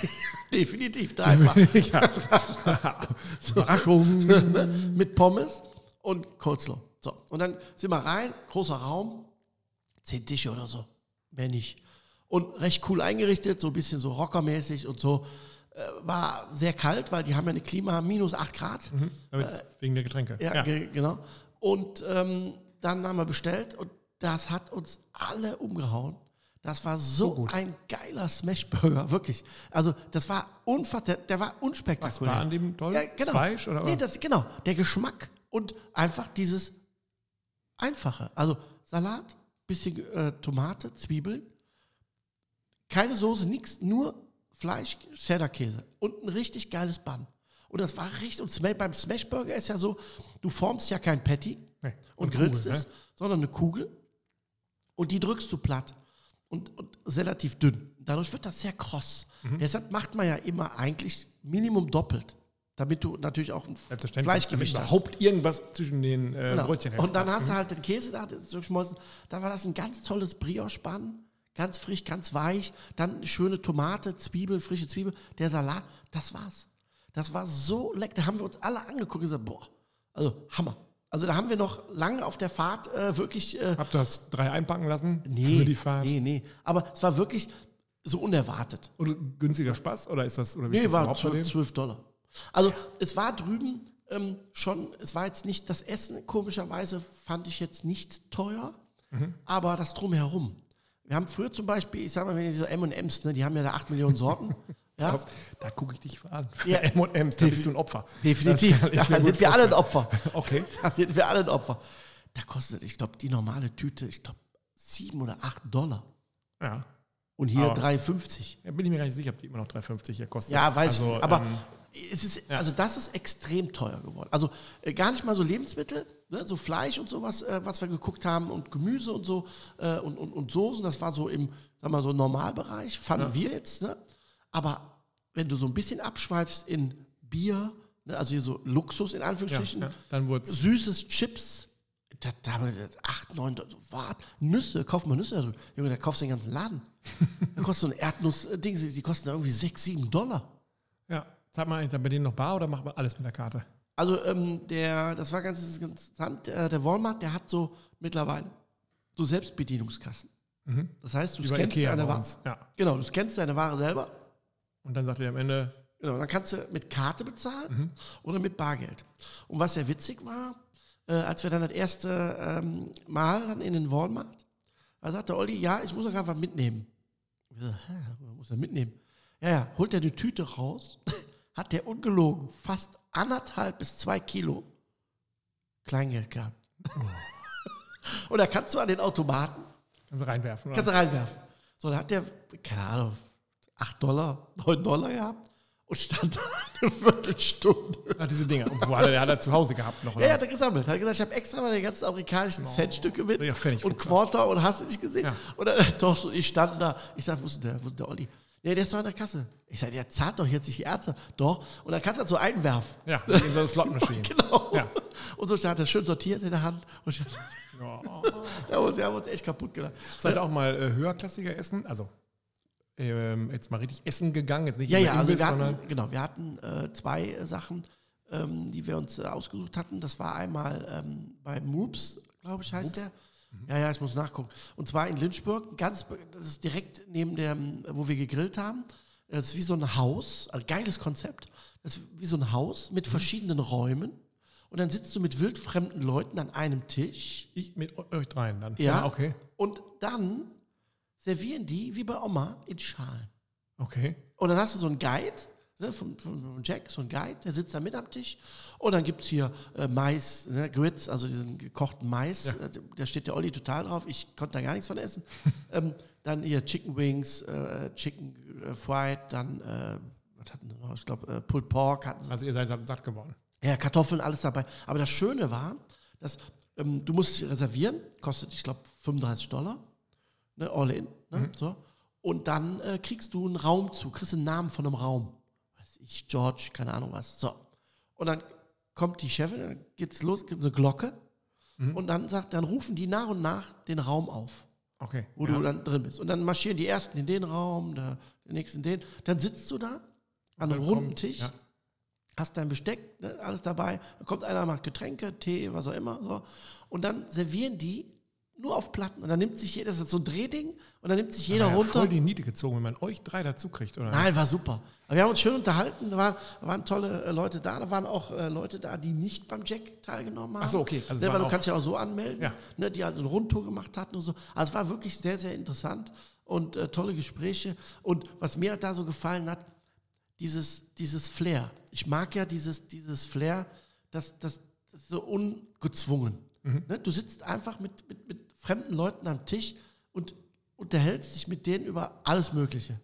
S2: Definitiv dreifach.
S1: ja. Überraschung.
S2: ne? mit Pommes und Coleslaw. So, und dann sind wir rein, großer Raum, zehn Tische oder so, mehr nicht. Und recht cool eingerichtet, so ein bisschen so rockermäßig und so. Äh, War sehr kalt, weil die haben ja eine Klima minus 8 Grad.
S1: Damit, wegen der Getränke.
S2: Mhm. Ja, ge- genau. Und ähm, dann haben wir bestellt und das hat uns alle umgehauen. Das war so ein geiler Smashburger, wirklich. Also das war unfassbar, der war unspektakulär.
S1: war an dem toll?
S2: Ja, genau.
S1: Das Fleisch oder-
S2: nee, das, genau, der Geschmack und einfach dieses Einfache. Also Salat, bisschen äh, Tomate, Zwiebeln, keine Soße, nichts, nur Fleisch, Cheddar-Käse und ein richtig geiles Bun. Und das war richtig, und Sma- beim Smashburger ist ja so, du formst ja kein Patty
S1: Nee.
S2: und,
S1: Kugel,
S2: grillst es,
S1: ne?
S2: sondern eine Kugel und die drückst du platt und, und relativ dünn. Dadurch wird das sehr kross.
S1: Mhm.
S2: Deshalb macht man ja immer eigentlich Minimum doppelt, damit du natürlich auch ein
S1: Selbstverständlich.
S2: Fleischgewicht
S1: Damit
S2: hast.
S1: überhaupt irgendwas zwischen den äh,
S2: Genau.
S1: Brötchen ne?
S2: Und dann hast du halt den Käse da, das ist so geschmolzen. Dann war das ein ganz tolles Brioche-Bann. Ganz frisch, ganz weich. Dann eine schöne Tomate, Zwiebel, frische Zwiebel, der Salat. Das war's. Das war so lecker. Da haben wir uns alle angeguckt und gesagt, boah, also Hammer. Also da haben wir noch lange auf der Fahrt äh, wirklich äh,
S1: Habt ihr das drei einpacken lassen
S2: Nee,
S1: für die Fahrt?
S2: nee, nee. Aber es war wirklich so unerwartet.
S1: Und günstiger Spaß? Oder ist das, oder wie ist
S2: Nee,
S1: das
S2: war
S1: überhaupt bei dem?
S2: 12, Dollar. Also es war drüben ähm, schon, es war jetzt nicht das Essen, komischerweise fand ich jetzt nicht teuer,
S1: Mhm.
S2: aber das drumherum. Wir haben früher zum Beispiel, ich sag mal, wenn ihr so M&M's, ne, die haben ja da 8 Millionen Sorten. ja,
S1: Das- Da gucke ich dich an. Für
S2: Ja.
S1: M&M's, da bist du ein Opfer. Das
S2: definitiv.
S1: kann ich mir
S2: Da
S1: gut
S2: sind wir alle ein Opfer.
S1: Okay.
S2: Da sind wir alle ein Opfer. Da kostet, ich glaube, die normale Tüte, ich glaube, 7 oder 8 Dollar.
S1: Ja.
S2: Und hier
S1: Aber-
S2: 3,50.
S1: Da bin ich mir gar nicht sicher, ob die immer noch 3,50 hier kostet.
S2: Ja, weiß ich.
S1: Also,
S2: nicht. Aber
S1: ähm,
S2: es ist, also das ist extrem teuer geworden. Also äh, gar nicht mal so Lebensmittel, ne? so Fleisch und sowas, äh, was wir geguckt haben und Gemüse und so äh, und, und, und Soßen, das war so im, sag mal, so Normalbereich, fanden wir jetzt. Ne? Aber wenn du so ein bisschen abschweifst in Bier, ne? also hier so Luxus in
S1: ja,
S2: Anführungsstrichen,
S1: ja, dann wurde es
S2: süßes Chips, da, da haben wir 8, 9, so, wart, Nüsse, kauf mal Nüsse da drüben. Junge, da kaufst du den ganzen Laden. Da kostet so ein Erdnuss-Ding, die kosten da irgendwie 6, 7 Dollar.
S1: Ja, zahlt man eigentlich dann bei denen noch bar oder macht man alles mit der Karte?
S2: Also ähm, der, das war ganz interessant, äh, der Walmart, der hat so mittlerweile so Selbstbedienungskassen. Das heißt, du
S1: Über
S2: scannst
S1: Ikea
S2: deine
S1: Mhm. bei
S2: Ware.
S1: uns. Ja.
S2: Genau, du scannst deine Ware selber.
S1: Und dann sagt ihr am Ende,
S2: Genau, dann kannst du mit Karte bezahlen oder mit Bargeld. Und was sehr witzig war, äh, als wir dann das erste ähm, Mal dann in den Walmart, da sagte Olli, ja, ich muss noch gerade was mitnehmen. Ich so, hä, was muss er mitnehmen? Ja, ja, holt er eine Tüte raus, hat der ungelogen fast anderthalb bis zwei Kilo Kleingeld gehabt. Und da kannst du an den Automaten
S1: kannst du reinwerfen. Oder?
S2: Kannst du reinwerfen. So, da hat der, keine Ahnung, 8 Dollar, 9 Dollar gehabt und stand da eine Viertelstunde.
S1: Ach, diese Dinger. Und wo hat er, hat er zu Hause gehabt noch?
S2: Ja,
S1: Oder
S2: ja,
S1: was? Oh.
S2: hat er gesammelt. Hat gesagt, ich habe extra meine ganzen amerikanischen Centstücke mit
S1: Ja, Pfennig
S2: und
S1: Fuchs.
S2: Quarter und hast du nicht gesehen?
S1: Ja.
S2: Und dann, doch, so, ich stand da. Ich sag, wo ist denn der, wo ist denn der Olli? Nee, der ist doch an der Kasse. Ich sage, der zahlt doch jetzt nicht die Ärzte. Doch. Und dann kannst du das so einwerfen.
S1: Ja, das ist so eine Slot-Maschine.
S2: Genau.
S1: Ja.
S2: Und so hat er schön sortiert in der Hand. Und Genau. da haben wir uns- haben wir uns echt kaputt gedacht.
S1: Seid auch mal äh, höherklassiger essen, also ähm, jetzt mal richtig essen gegangen, jetzt nicht
S2: Ja,
S1: in den
S2: ja, also
S1: Imbiss,
S2: wir
S1: sondern-
S2: hatten, genau, wir hatten äh, zwei äh, Sachen, ähm, die wir uns äh, ausgesucht hatten. Das war einmal ähm, bei Moops, glaube ich, heißt der. Ja, ja, ich muss nachgucken. Und zwar in Lynchburg, ganz, be- das ist direkt neben dem, wo wir gegrillt haben. Das ist wie so ein Haus, ein geiles Konzept. Das ist wie so ein Haus
S1: Mhm.
S2: mit verschiedenen Räumen. Und dann sitzt du mit wildfremden Leuten an einem Tisch.
S1: ich mit eu- euch dreien dann.
S2: Ja.
S1: okay.
S2: Und dann servieren die, wie bei Oma, in Schalen.
S1: Okay.
S2: Und dann hast du so einen Guide, ne, von, von von Jack, so einen Guide, der sitzt da mit am Tisch. Und dann gibt es hier äh, Mais, ne, Grits, also diesen gekochten Mais. Äh, Da steht der Olli total drauf. Ich konnte da gar nichts von essen. ähm, dann hier Chicken Wings, äh, Chicken äh, Fried, dann, äh, was hatten sie noch? Ich glaube, äh, Pulled Pork hatten sie.
S1: Also ihr seid satt satt geworden.
S2: Ja, Kartoffeln, alles dabei. Aber das Schöne war, dass ähm, du musst reservieren, kostet, ich glaube, 35 Dollar, ne, all in, ne,
S1: Mhm.
S2: so. Und dann äh, kriegst du einen Raum zu, kriegst einen Namen von einem Raum. Weiß ich, George, keine Ahnung was. So. Und dann kommt die Chefin, dann geht's los, gibt eine Glocke.
S1: Mhm.
S2: Und dann sagt, dann rufen die nach und nach den Raum auf
S1: Okay.
S2: wo
S1: ja.
S2: du dann drin bist. Und dann marschieren die Ersten in den Raum, der, der Nächste in den. Dann sitzt du da an einem
S1: Dann
S2: runden
S1: kommt-
S2: Tisch,
S1: ja.
S2: hast dein Besteck, ne, alles dabei. Dann kommt einer, macht Getränke, Tee, was auch immer. So. Und dann servieren die nur auf Platten. Und dann nimmt sich jeder, das ist so ein Drehding, und dann nimmt sich jeder
S1: Ah, ja,
S2: runter.
S1: voll die Niete gezogen, wenn man euch drei dazu kriegt, oder?
S2: Nein, war super. Aber wir haben uns schön unterhalten, da waren, da waren tolle äh, Leute da, da waren auch äh, Leute da, die nicht beim Jack teilgenommen haben.
S1: Ach so, okay. Also es
S2: Selber,
S1: waren
S2: du
S1: auch-
S2: kannst ja auch so anmelden,
S1: Ja.
S2: ne, die halt eine Rundtour gemacht hatten und so. Also es war wirklich sehr, sehr interessant und äh, tolle Gespräche. Und was mir da so gefallen hat, dieses, dieses Flair. Ich mag ja dieses, dieses Flair, das, das, das ist so ungezwungen. Ne? Du sitzt einfach mit, mit, mit fremden Leuten am Tisch und unterhältst dich mit denen über alles Mögliche.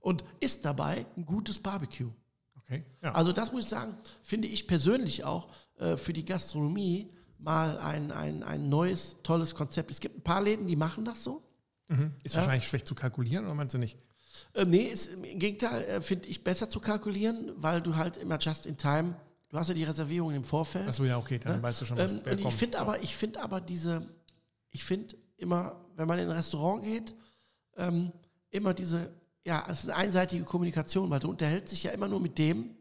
S2: Und isst dabei ein gutes Barbecue.
S1: Okay. Ja.
S2: Also das muss ich sagen, finde ich persönlich auch äh, für die Gastronomie mal ein, ein, ein neues, tolles Konzept. Es gibt ein paar Läden, die machen das so.
S1: Mhm. ist wahrscheinlich schlecht zu kalkulieren, oder meinst du nicht?
S2: Ähm, nee, ist, im Gegenteil, äh, finde ich besser zu kalkulieren, weil du halt immer just in time, du hast ja die Reservierung im Vorfeld.
S1: Achso, ja, okay, dann weißt du schon, was
S2: ähm,
S1: wer
S2: und ich
S1: kommt.
S2: finde aber, ich finde aber diese, ich finde immer, wenn man in ein Restaurant geht, ähm, immer diese, ja, es ist eine einseitige Kommunikation, weil du unterhältst dich ja immer nur mit dem,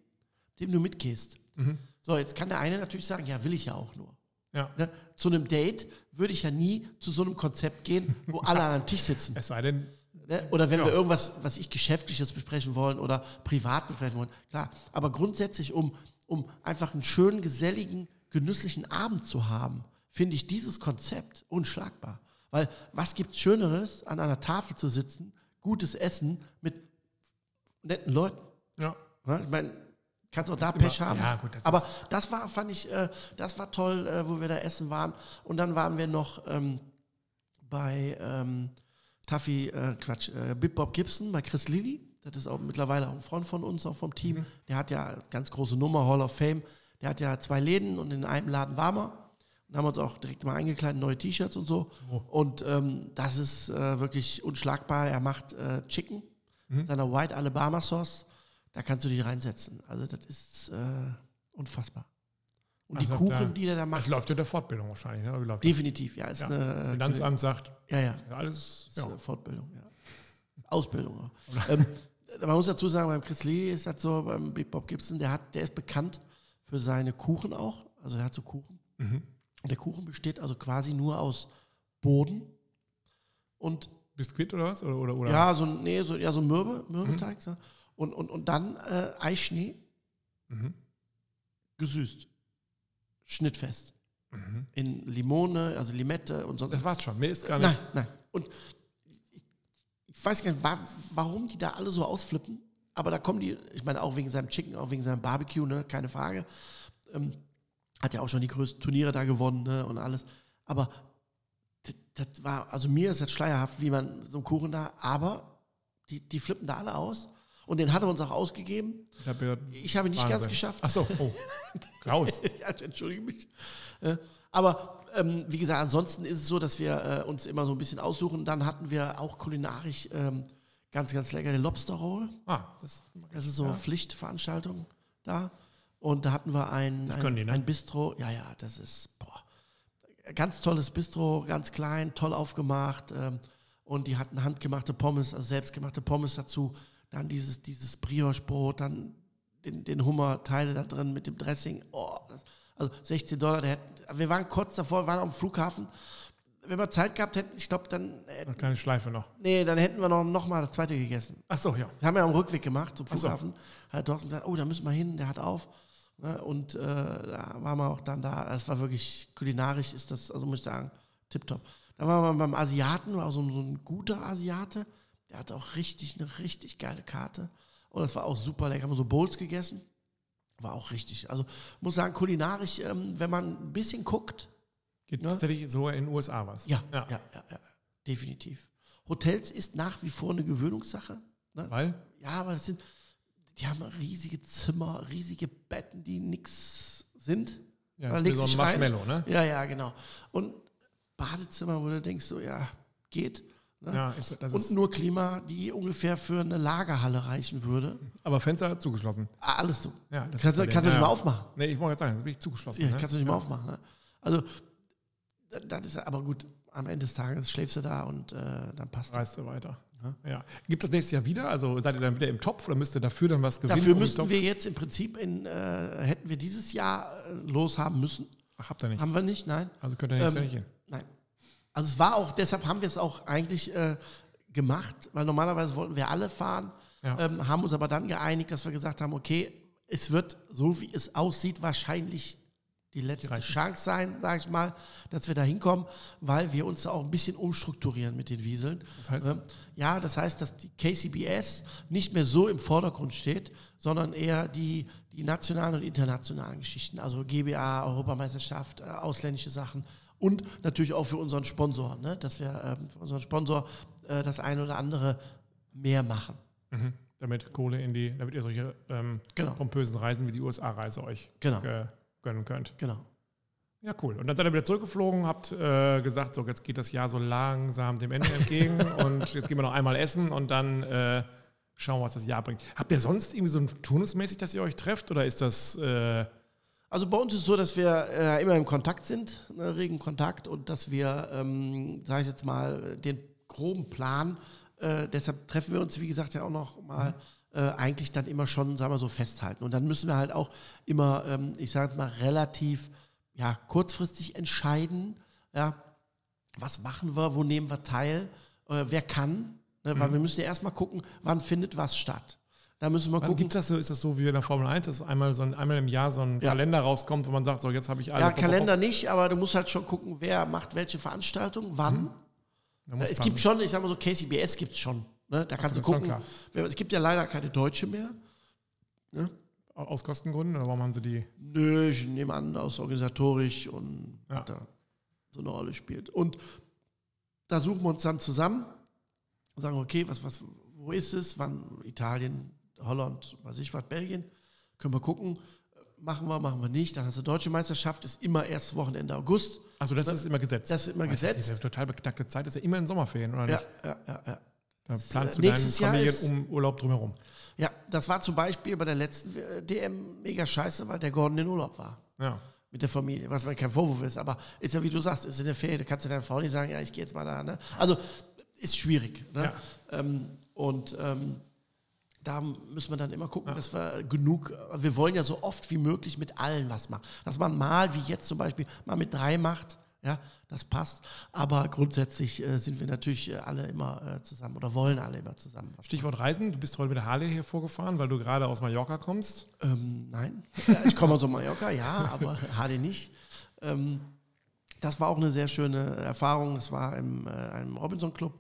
S2: dem du mitgehst.
S1: Mhm.
S2: So, jetzt kann der eine natürlich sagen, ja, will ich ja auch nur.
S1: Ja.
S2: Ne? Zu einem Date würde ich ja nie zu so einem Konzept gehen, wo alle an einem Tisch sitzen.
S1: Es sei denn,
S2: Ne? Oder wenn
S1: Ja.
S2: wir irgendwas, was ich Geschäftliches besprechen wollen oder privat besprechen wollen, klar. Aber grundsätzlich, um, um einfach einen schönen, geselligen, genüsslichen Abend zu haben, finde ich dieses Konzept unschlagbar. Weil was gibt Schöneres, an einer Tafel zu sitzen, gutes Essen mit netten Leuten?
S1: ja,
S2: Ne? Ich meine, kannst auch da
S1: ist
S2: Pech
S1: immer-
S2: haben.
S1: ja, gut, das
S2: Aber
S1: ist-
S2: das war, fand ich, äh, das war toll, äh, wo wir da essen waren. Und dann waren wir noch ähm, bei ähm, Taffy, äh, Quatsch, äh, Bip Bob Gibson, bei Chris Lilly. Das ist auch mittlerweile auch ein Freund von uns, auch vom
S1: Mhm.
S2: Team. Der hat ja ganz große Nummer, Hall of Fame. Der hat ja zwei Läden und in einem Laden waren wir. Und haben uns auch direkt mal eingekleidet, neue T-Shirts und so. Und ähm, das ist äh, wirklich unschlagbar. Er macht äh, Chicken
S1: Mhm.
S2: mit seiner White Alabama Sauce. Da kannst du dich reinsetzen. Also das ist äh, unfassbar. Und
S1: Also
S2: die
S1: da-
S2: Kuchen, die der da
S1: das
S2: macht,
S1: läuft ja der Fortbildung wahrscheinlich. Ne? Oder wie läuft das?
S2: definitiv. Ja, ist
S1: Ja.
S2: eine äh,
S1: Finanzamt sagt,
S2: ja, ja,
S1: ja, alles.
S2: ist,
S1: Ja.
S2: äh, Fortbildung. Ja. Ausbildung. auch. ähm, man muss dazu sagen, beim Chris Lee ist das so, beim Big Bob Gibson, der, hat, der ist bekannt für seine Kuchen auch. Also der hat so Kuchen.
S1: Mhm.
S2: Der Kuchen besteht also quasi nur aus Boden und
S1: Biskuit oder was? Oder, oder, oder?
S2: ja, so ein, nee, so, ja, so ein Mürbe, Mürbeteig. So. Und, und, und dann äh, Eischnee,
S1: Mhm.
S2: gesüßt, schnittfest. In Limone, also Limette und sonst
S1: Mhm. Das war's schon. Mehr ist gar
S2: Nein,
S1: nicht.
S2: nein. Und ich- ich weiß gar nicht, wa warum die da alle so ausflippen. Aber da kommen die, ich meine, auch wegen seinem Chicken, auch wegen seinem Barbecue, ne, keine Frage. Ähm, hat ja auch schon die größten Turniere da gewonnen ne, und alles. Aber das, das war, also mir ist das schleierhaft, wie man so einen Kuchen da, aber die, die flippen da alle aus. Und den hat er uns auch ausgegeben.
S1: Ich hab ja-
S2: Ich habe ihn nicht ganz
S1: Wahnsinn.
S2: geschafft.
S1: Ach so, oh. Klaus.
S2: ja, ich entschuldige mich. Äh, Aber ähm, wie gesagt, ansonsten ist es so, dass wir äh, uns immer so ein bisschen aussuchen. Dann hatten wir auch kulinarisch ähm, Ganz, ganz leckere Lobster Roll.
S1: Ah, das,
S2: Das ist so
S1: Ja.
S2: Pflichtveranstaltung da. Und da hatten wir ein,
S1: Das
S2: ein,
S1: können die, ne?
S2: ein Bistro. Ja, ja, das ist boah, ganz tolles Bistro, ganz klein, toll aufgemacht. Ähm, und die hatten handgemachte Pommes, also selbstgemachte Pommes dazu. Dann dieses, dieses Brioche-Brot, dann den, den Hummerteile da drin mit dem Dressing. Oh, das, also 16 Dollar. Der hätte, wir waren kurz davor, waren am Flughafen. Wenn wir Zeit gehabt hätten, ich glaube, dann, äh,
S1: eine kleine Schleife noch.
S2: nee, dann hätten wir noch, noch mal das zweite gegessen.
S1: Ach so, ja.
S2: Wir haben ja am Rückweg gemacht zum
S1: so.
S2: Flughafen. Hat dort gesagt, oh, da müssen wir hin, der hat auf. Ne? Und äh, da waren wir auch dann da. Das war wirklich kulinarisch, ist das, also muss ich sagen, tipptopp. Dann waren wir beim Asiaten, war so, ein- so ein guter Asiate. Der hat auch richtig, eine richtig geile Karte. Und das war auch super lecker. Haben wir so Bowls gegessen. War auch richtig. Also muss sagen, kulinarisch, ähm, wenn man ein bisschen guckt,
S1: Geht
S2: Ja.
S1: tatsächlich so in den USA was.
S2: ja, ja,
S1: ja.
S2: ja, ja, definitiv. Hotels ist nach wie vor eine Gewöhnungssache. Ne?
S1: Weil?
S2: Ja, aber das sind, die haben riesige Zimmer, riesige Betten, die nix sind.
S1: Ja,
S2: Da
S1: das ist
S2: legst
S1: so ein
S2: dich rein.
S1: Marshmallow, ne?
S2: Ja, ja, genau. Und Badezimmer, wo du denkst, so, ja, geht. Ne?
S1: Ja, ist, das
S2: Und
S1: ist,
S2: nur Klima, die ungefähr für eine Lagerhalle reichen würde.
S1: aber Fenster zugeschlossen.
S2: Ah, Alles so.
S1: Ja, das ist
S2: kannst
S1: bei
S2: du
S1: denen-
S2: kannst du nicht
S1: ja.
S2: mal aufmachen.
S1: Nee, ich wollte jetzt sagen, das bin ich zugeschlossen.
S2: Ja,
S1: ne?
S2: kannst du nicht mal aufmachen. Ne? Also, da- das ist aber gut. Am Ende des Tages schläfst du da und äh, dann passt das.
S1: reist du weiter. Ja. Gibt es nächstes Jahr wieder? Also seid ihr dann wieder im Topf oder müsst ihr dafür dann was gewinnen?
S2: Dafür
S1: um
S2: müssten
S1: den Topf-
S2: wir jetzt im Prinzip in, äh, hätten wir dieses Jahr äh, loshaben müssen.
S1: Ach, habt ihr nicht.
S2: Haben wir nicht, nein.
S1: Also könnt ihr nächstes Jahr
S2: Ähm,
S1: nicht hin.
S2: Nein. Also es war auch, deshalb haben wir es auch eigentlich äh, gemacht, weil normalerweise wollten wir alle fahren,
S1: Ja.
S2: ähm, haben uns aber dann geeinigt, dass wir gesagt haben, okay, es wird so wie es aussieht wahrscheinlich die letzte
S1: reichen.
S2: Chance sein, sage ich mal, dass wir da hinkommen, weil wir uns da auch ein bisschen umstrukturieren mit den Wieseln.
S1: Das heißt?
S2: Ähm, ja, das heißt, dass die KCBS nicht mehr so im Vordergrund steht, sondern eher die, die nationalen und internationalen Geschichten, also GBA, Europameisterschaft, äh, ausländische Sachen und natürlich auch für unseren Sponsor, ne? dass wir ähm, für unseren Sponsor äh, das eine oder andere mehr machen.
S1: Mhm. Damit Kohle in die, damit ihr solche ähm,
S2: Genau.
S1: pompösen Reisen wie die USA-Reise euch
S2: Genau.
S1: äh, gönnen könnt.
S2: Genau.
S1: Ja, cool. Und dann seid ihr wieder zurückgeflogen, habt äh, gesagt, so jetzt geht das Jahr so langsam dem Ende entgegen und jetzt gehen wir noch einmal essen und dann äh, schauen wir, was das Jahr bringt. Habt ihr sonst irgendwie so ein turnusmäßig, dass ihr euch trefft oder ist das äh,
S2: Also bei uns ist es so, dass wir äh, immer im Kontakt sind, ne, regen Kontakt und dass wir, ähm, sage ich jetzt mal, den groben Plan, äh, deshalb treffen wir uns, wie gesagt, ja auch noch mal äh, eigentlich dann immer schon, sagen wir so, festhalten. Und dann müssen wir halt auch immer, ähm, ich sage mal, relativ ja, kurzfristig entscheiden, ja, was machen wir, wo nehmen wir teil, äh, wer kann, ne, weil wir müssen ja erstmal gucken, wann findet was statt. Da müssen wir
S1: Wann
S2: gucken,
S1: gibt's das so? Ist das so wie in der Formel 1, dass einmal, so ein, einmal im Jahr so ein
S2: Ja.
S1: Kalender rauskommt, wo man sagt, so jetzt habe ich alle.
S2: Ja,
S1: pop, pop, pop.
S2: Kalender nicht, aber du musst halt schon gucken, wer macht welche Veranstaltung, wann.
S1: Hm, Da muss
S2: es
S1: passen.
S2: gibt schon, ich sag mal so, KCBS gibt es schon. Ne? Da kannst
S1: so, das
S2: du
S1: ist schon
S2: gucken.
S1: klar.
S2: Wer- Es gibt ja leider keine Deutsche mehr.
S1: Aus Kostengründen oder warum haben sie die?
S2: Nö, ich nehme an, aus organisatorisch und
S1: Ja.
S2: da so eine Rolle spielt. Und da suchen wir uns dann zusammen und sagen, okay, was, was, wo ist es? Wann Italien, Holland, weiß ich was, Belgien? Können wir gucken. Machen wir, machen wir nicht. Dann hast du Deutsche Meisterschaft, ist immer erstes Wochenende August.
S1: Also das ist immer gesetzt.
S2: Das ist immer
S1: Aber Das ist
S2: gesetzt.
S1: eine total beknackte Zeit, das ist ja immer in Sommerferien, oder
S2: Ja,
S1: nicht?
S2: ja, ja, ja.
S1: Da planst du deinen
S2: nächstes Jahr ist-
S1: Familienurlaub drumherum.
S2: Ja, das war zum Beispiel bei der letzten äh, DM mega scheiße, weil der Gordon in Urlaub war
S1: Ja.
S2: mit der Familie, was mir kein Vorwurf ist, aber ist ja wie du sagst, ist in der Ferien, da kannst du deiner Frau nicht sagen, ja, ich gehe jetzt mal da. Ne? Also ist schwierig. Ne?
S1: Ja.
S2: Ähm, und ähm, da müssen wir dann immer gucken, dass wir genug, äh, wir wollen ja so oft wie möglich mit allen was machen. Dass man mal, wie jetzt zum Beispiel, mal mit drei macht, ja, das passt. Aber grundsätzlich äh, sind wir natürlich äh, alle immer äh, zusammen oder wollen alle immer zusammen was
S1: Stichwort Reisen, du bist heute mit der Harley hier vorgefahren, weil du gerade aus Mallorca kommst.
S2: Ähm, nein. Ja, ich komme aus Mallorca, ja, aber Hardy nicht. Ähm, das war auch eine sehr schöne Erfahrung. Es war im, äh, einem Robinson Club,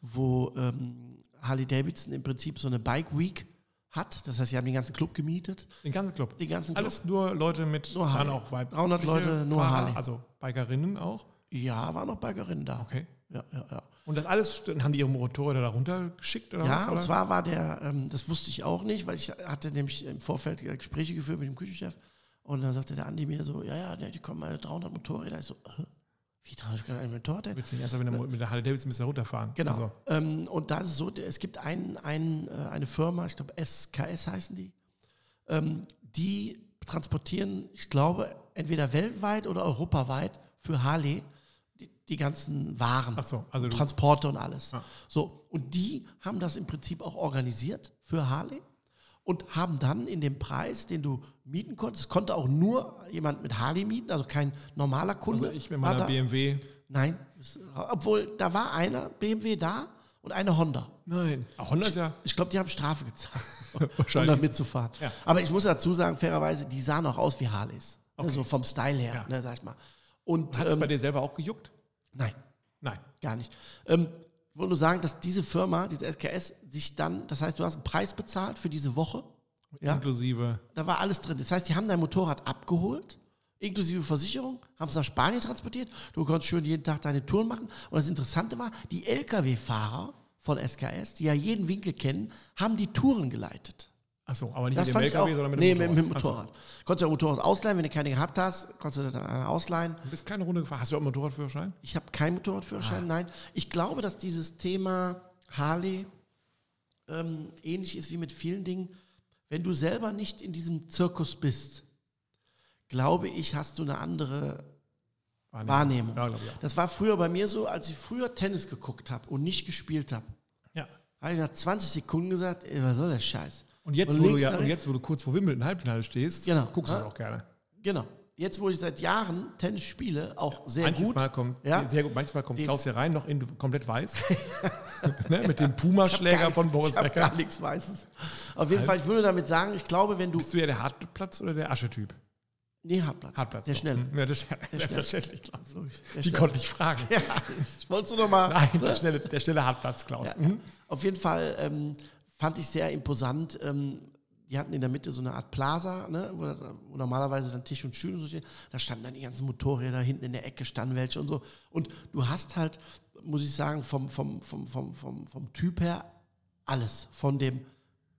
S2: wo ähm, Harley Davidson im Prinzip so eine Bike Week hat. Das heißt, sie haben den ganzen Club gemietet.
S1: Den ganzen Club.
S2: Den ganzen Club.
S1: Alles nur Leute mit,
S2: Nur
S1: waren
S2: Harley.
S1: auch weibliche
S2: 300 Leute, nur
S1: Fahrer,
S2: Harley.
S1: Also Bikerinnen auch.
S2: Ja, waren noch Bikerinnen da.
S1: Okay.
S2: Ja, ja, ja.
S1: Und das alles, dann haben die ihre Motorräder da runtergeschickt oder was?
S2: Ja,
S1: oder?
S2: und zwar war der, ähm, das wusste ich auch nicht, weil ich hatte nämlich im Vorfeld äh, Gespräche geführt mit dem Küchenchef und dann sagte der Andi mir so, ja, ja, ne, die kommen alle 300 Motorräder. Ich so, äh, Wie 300 Gramm eine Torte?
S1: Willst du nicht ernsthaft mit der, Mo- mit der Harley Davidson ein bisschen runterfahren?
S2: Genau.
S1: Also,
S2: Ähm, und da ist es so, der- es gibt einen, einen, äh, eine Firma, ich glaube SKS heißen die, ähm, die transportieren, ich glaube, entweder weltweit oder europaweit für Harley die, die ganzen Waren.
S1: ach so, also du,
S2: Transporte und alles.
S1: Ja.
S2: So, und die haben das im Prinzip auch organisiert für Harley und haben dann in dem Preis, den du mieten konntest, konnte auch nur jemand mit Harley mieten, also kein normaler Kunde.
S1: also ich mit
S2: war
S1: meiner
S2: da-
S1: BMW.
S2: Nein, es- obwohl da war einer BMW da und eine Honda.
S1: Nein. Ach, Honda ist ja
S2: Ich glaube, die haben Strafe gezahlt, um da
S1: wahrscheinlich.
S2: mitzufahren.
S1: Ja.
S2: Aber ich muss dazu sagen, fairerweise, die sahen auch aus wie Harleys. Also vom Style her,
S1: Ja.
S2: ne, sag ich mal. Und
S1: Hat es bei
S2: ähm,
S1: dir selber auch gejuckt?
S2: nein,
S1: Nein.
S2: gar nicht. Ähm, ich wollte nur sagen, dass diese Firma, diese SKS, sich dann, das heißt, du hast einen Preis bezahlt für diese Woche. Ja,
S1: Inklusive.
S2: da war alles drin. Das heißt, die haben dein Motorrad abgeholt, inklusive Versicherung, haben es nach Spanien transportiert. Du konntest schön jeden Tag deine Touren machen. Und das Interessante war, die Lkw-Fahrer von SKS, die ja jeden Winkel kennen, haben die Touren geleitet.
S1: Achso, aber nicht
S2: Das
S1: mit dem
S2: fand
S1: LKW,
S2: ich auch.
S1: sondern mit
S2: nee,
S1: dem Motorrad.
S2: mit dem Motorrad. Konntest du ein Motorrad ausleihen, wenn du keine gehabt hast, konntest du dann einen ausleihen.
S1: Du bist keine Runde gefahren. Hast du auch einen Motorradführerschein?
S2: Ich habe keinen Motorradführerschein,
S1: Ah.
S2: nein. Ich glaube, dass dieses Thema Harley ähm, ähnlich ist wie mit vielen Dingen. Wenn du selber nicht in diesem Zirkus bist, glaube ich, hast du eine andere Wahrnehmung.
S1: Ja, glaube ich auch.
S2: Das war früher bei mir so, als ich früher Tennis geguckt habe und nicht gespielt habe.
S1: Ja.
S2: Habe ich nach 20 Sekunden gesagt, ey, was soll der Scheiß?
S1: Und jetzt,
S2: Und
S1: wo du
S2: links
S1: ja,
S2: nach
S1: und
S2: rechts.
S1: jetzt, wo du kurz vor Wimbledon Halbfinale stehst,
S2: Genau.
S1: guckst du
S2: Ja.
S1: das auch gerne.
S2: Genau. Jetzt, wo ich seit Jahren Tennis spiele, auch sehr
S1: Manches
S2: gut.
S1: Mal kommt,
S2: Ja.
S1: sehr gut, manchmal kommt
S2: Die-
S1: Klaus hier rein, noch in komplett weiß. ne, mit dem Puma-Schläger von Boris
S2: ich habe
S1: Becker. Halt.
S2: gar nichts Weißes. Auf jeden Fall, ich würde damit sagen, ich glaube, wenn du
S1: Bist du ja der Hartplatz oder der Aschetyp?
S2: Nee, Hartplatz.
S1: Hartplatz.
S2: Der
S1: doch.
S2: schnelle.
S1: Hm, Ja, der schnelle. Selbstverständlich, Klaus.
S2: Der
S1: Die
S2: schnelle.
S1: konnte ich fragen.
S2: Ja, ich wollte nur mal.
S1: Nein, der schnelle, der schnelle Hartplatz, Klaus. Mhm.
S2: Auf jeden Fall ähm, fand ich sehr imposant. Ähm, die hatten in der Mitte so eine Art Plaza, ne, wo, wo normalerweise dann Tisch und Stühle und so stehen. Da standen dann die ganzen Motorräder, hinten in der Ecke standen welche und so. Und du hast halt, muss ich sagen, vom, vom, vom, vom, vom, vom Typ her alles. Von dem,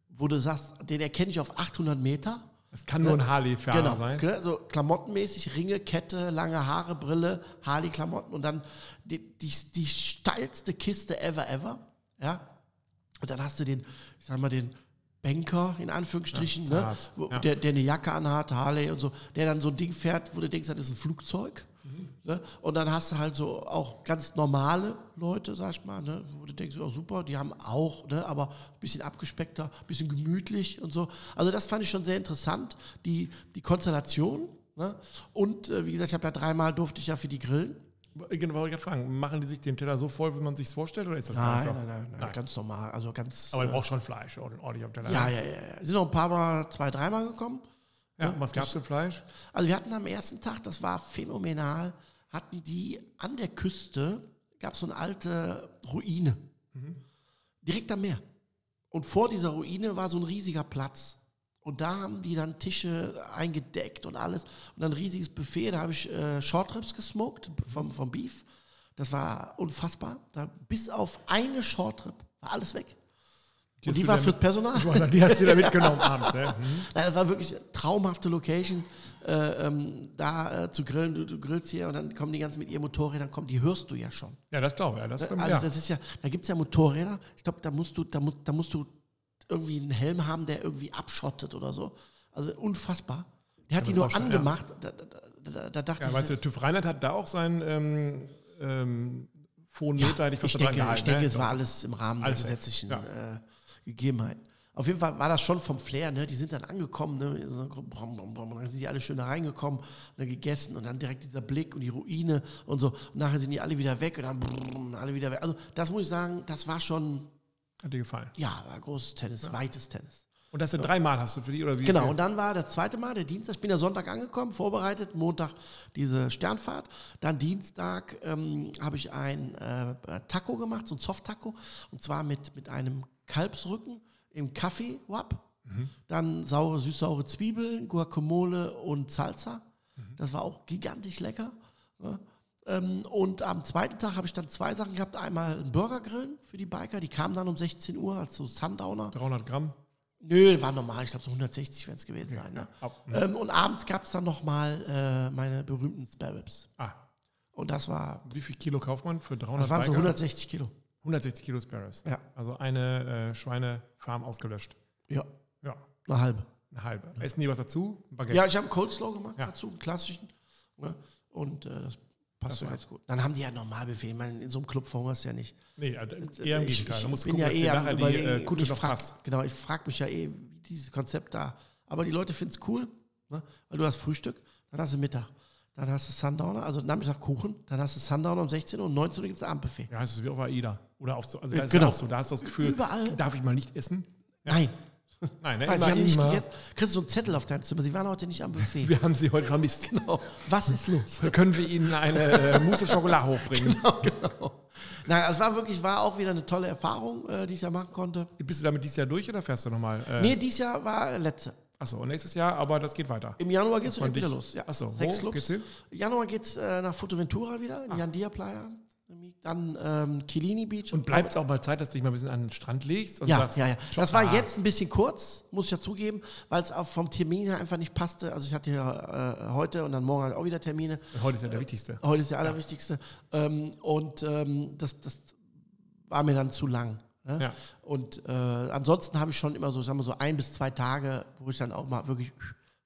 S2: wo du sagst, den erkenne ich auf 800 Meter.
S1: Das kann nur ein Harley-Fahrer
S2: Genau,
S1: sein.
S2: ne, so klamottenmäßig, Ringe, Kette, lange Haare, Brille, Harley-Klamotten und dann die, die, die steilste Kiste ever, ever. Ja. Und dann hast du den, ich sag mal, den Banker in Anführungsstrichen,
S1: Ja,
S2: ne?
S1: zart,
S2: wo,
S1: ja.
S2: der, der eine Jacke anhat, Harley und so, der dann so ein Ding fährt, wo du denkst, das ist ein Flugzeug.
S1: Mhm.
S2: Ne? Und dann hast du halt so auch ganz normale Leute, sag ich mal, ne? wo du denkst, oh super, die haben auch, ne? aber ein bisschen abgespeckter, ein bisschen gemütlich und so. Also das fand ich schon sehr interessant, die, die Konstellation. Ne? Und äh, wie gesagt, ich habe ja dreimal durfte ich ja für die grillen.
S1: Genau, wollte ich gerade fragen. Machen die sich den Teller so voll, wie man sich vorstellt, oder ist das gar nicht
S2: Nein,
S1: Ah, so?
S2: nein, nein, nein, ganz normal, also ganz...
S1: Aber
S2: äh,
S1: man braucht schon Fleisch, oder? ordentlich am Teller.
S2: ja, ja, ja, ja. Sind noch ein paar Mal, zwei, dreimal gekommen.
S1: Ja, was gab's für Fleisch?
S2: Also wir hatten am ersten Tag, das war phänomenal, hatten die an der Küste, gab es so eine alte Ruine,
S1: Mhm.
S2: direkt am Meer. Und vor dieser Ruine war so ein riesiger Platz. Und da haben die dann Tische eingedeckt und alles. Und dann ein riesiges Buffet, da habe ich äh, Shortrips gesmoked vom, vom Beef. Das war unfassbar. Da, bis auf eine Shortrip war alles weg. und
S1: hast
S2: die
S1: du
S2: war
S1: dann-
S2: fürs Personal.
S1: Die hast du da mitgenommen abends, ne? Mhm.
S2: Nein, das war wirklich eine traumhafte Location, äh, ähm, da äh, zu grillen. Du, du grillst hier und dann kommen die ganzen mit ihrem Motorrad, dann kommen, die hörst du ja schon.
S1: Ja, das glaube ich. Ja, das, stimmt,
S2: Also
S1: ja.
S2: das ist ja, da gibt es ja Motorräder. Ich glaube, da musst du, da, mu da musst du irgendwie einen Helm haben, der irgendwie abschottet oder so. Also unfassbar. Der hat die
S1: mir
S2: nur
S1: vorstellen,
S2: angemacht. Da, da, da, da, da dachte
S1: ja,
S2: ich,
S1: weißt du, der TÜV Reinhardt hat da auch seinen ähm, ähm, hohen Meter, hätte ich fast
S2: ich
S1: dran
S2: denke,
S1: gehalten.
S2: ich denke
S1: ne?
S2: es war alles im Rahmen
S1: Alles
S2: der gesetzlichen
S1: safe,
S2: äh, Gegebenheiten. Auf jeden Fall war das schon vom Flair, ne? Die sind dann angekommen, ne? So, brumm, brumm, brumm. Dann sind die alle schön da reingekommen, dann gegessen und dann direkt dieser Blick und die Ruine und so. Und nachher sind die alle wieder weg und dann brumm, alle wieder weg. Also das muss ich sagen, das war schon,
S1: Hat dir gefallen.
S2: ja, war großes Tennis, weites Tennis.
S1: Und das sind dreimal hast du für die, oder wie?
S2: Genau,
S1: viel?
S2: und dann war der zweite Mal, der Dienstag, ich bin ja Sonntag angekommen, vorbereitet, Montag diese Sternfahrt. Dann Dienstag ähm, habe ich ein äh, Taco gemacht, so ein Soft-Taco, und zwar mit, mit einem Kalbsrücken im Kaffee-Wap.
S1: Mhm.
S2: Dann saure, süß-saure Zwiebeln, Guacamole und Salsa.
S1: Mhm.
S2: Das war auch gigantisch lecker. Ne? Ähm, und am zweiten Tag habe ich dann zwei Sachen gehabt. Einmal einen Burger grillen für die Biker, die kamen dann um 16 Uhr als so Sundowner.
S1: 300 Gramm.
S2: Nö, war normal. Ich glaube, so 160 werden es gewesen sein. Ne?
S1: Ab,
S2: Ähm, und abends gab es dann nochmal äh, meine berühmten Spare Ribs.
S1: ah,
S2: Und das war,
S1: Wie viel Kilo kauft man für 300
S2: das waren so
S1: Biker?
S2: 160 Kilo.
S1: 160 Kilo Sparrows.
S2: Ja.
S1: Also eine äh, Schweinefarm ausgelöscht.
S2: Ja,
S1: Ja,
S2: eine halbe.
S1: eine halbe. Essen die was dazu? Ein Baguette.
S2: Ja, ich habe einen Coleslaw gemacht
S1: Ja.
S2: dazu, einen klassischen. Ne? Und äh, das passt
S1: Das
S2: ja
S1: war-
S2: ganz gut. Dann haben die ja Normalbefehl. Ich meine, in so einem Club verhungerst du ja nicht.
S1: Nee, also eher im
S2: Äh, Ich-
S1: Gegenteil.
S2: ich
S1: Da musst du
S2: bin
S1: gucken, dass dir
S2: am
S1: nachher die äh,
S2: Überlegen.
S1: Kutte
S2: Ich
S1: noch
S2: frag-
S1: passt.
S2: Genau, ich frage mich ja eh, wie dieses Konzept da. Aber die Leute finden es cool, ne? weil du hast Frühstück, dann hast du Mittag, dann hast du Sundowner, also Nachmittag Kuchen, dann hast du Sundowner um 16 Uhr und 19 Uhr gibt es Abendbuffet.
S1: Ja, es ist wie auf AIDA. Oder auf so, also
S2: Ja,
S1: da ist genau.
S2: genau.
S1: auch so, da hast du das Gefühl,
S2: Überall.
S1: darf ich mal nicht essen?
S2: Nein,
S1: Nein, ne?
S2: weil sie
S1: Immer,
S2: haben nicht
S1: immer.
S2: gegessen. Kriegst du so einen Zettel auf deinem Zimmer, sie waren heute nicht am Buffet.
S1: Wir haben sie heute vermisst. Genau.
S2: Was ist los?
S1: Können wir ihnen eine äh, Mousse Schokolade hochbringen?
S2: Genau. Nein, also es war wirklich, war auch wieder eine tolle Erfahrung, äh, die ich da machen konnte.
S1: Bist du damit dieses Jahr durch oder fährst du nochmal? Äh,
S2: Nee, dieses Jahr war letzte.
S1: Achso, und nächstes Jahr, aber das geht weiter.
S2: Im Januar geht es
S1: man
S2: wieder
S1: dich-
S2: los. Ja.
S1: Ach so,
S2: Sechs
S1: wo
S2: Clubs.
S1: geht's hin?
S2: Januar geht es äh, nach Fuerteventura wieder,
S1: Ah.
S2: in Jandia Playa. Dann ähm, Kilini Beach.
S1: Und bleibt es auch mal Zeit, dass du dich mal ein bisschen an den Strand legst? Und
S2: ja,
S1: sagst,
S2: ja, ja.
S1: "Schau
S2: Das war
S1: mal."
S2: jetzt ein bisschen kurz, muss ich ja zugeben, weil es auch vom Termin her einfach nicht passte. Also ich hatte ja äh, heute und dann morgen halt auch wieder Termine.
S1: Heute ist ja der wichtigste.
S2: Heute ist der allerwichtigste. Ähm, und ähm, das, das war mir dann zu lang. Ne?
S1: Ja.
S2: Und äh, ansonsten habe ich schon immer so, sagen wir so ein bis zwei Tage, wo ich dann auch mal wirklich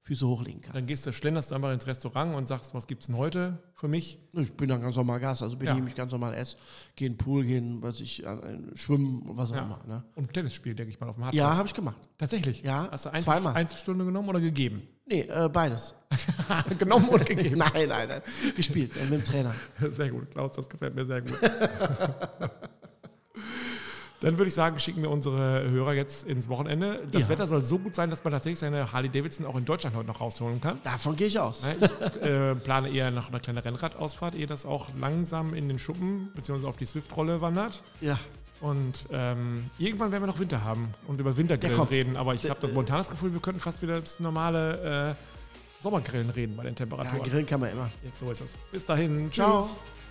S2: Füße hochlegen kann.
S1: Dann gehst du, schlenderst du einfach ins Restaurant und sagst, was gibt's denn heute für mich?
S2: Ich bin dann ganz normal Gast, also bediene
S1: Ja.
S2: mich ganz normal esse, gehe in den Pool, gehen, was ich, an- an- äh, schwimmen, was auch
S1: Ja.
S2: immer. Ne?
S1: Und Tennisspiel, denke ich mal, auf dem
S2: Ja,
S1: Hartplatz.
S2: habe ich gemacht.
S1: Tatsächlich?
S2: Ja,
S1: Hast du Einzel
S2: zweimal.
S1: Einzelstunde genommen oder gegeben?
S2: Nee, äh, beides.
S1: genommen oder gegeben?
S2: nein, nein, nein. Gespielt, äh, mit dem Trainer.
S1: Sehr gut, Klaus, das gefällt mir sehr gut. Dann würde ich sagen, schicken wir unsere Hörer jetzt ins Wochenende. Das
S2: Ja.
S1: Wetter soll so gut sein, dass man tatsächlich seine Harley Davidson auch in Deutschland heute noch rausholen kann.
S2: Davon gehe ich aus.
S1: Ich äh, plane eher noch eine kleine Rennradausfahrt, ehe das auch langsam in den Schuppen bzw. auf die Swift-Rolle wandert.
S2: Ja.
S1: Und ähm, irgendwann werden wir noch Winter haben und über Wintergrillen
S2: Der kommt.
S1: reden. Aber ich habe das momentan das Gefühl, wir könnten fast wieder das normale äh, Sommergrillen reden bei den
S2: ja,
S1: Temperaturen.
S2: grillen kann man immer.
S1: Jetzt so ist es. Bis dahin.
S2: Ciao.
S1: Tschüss.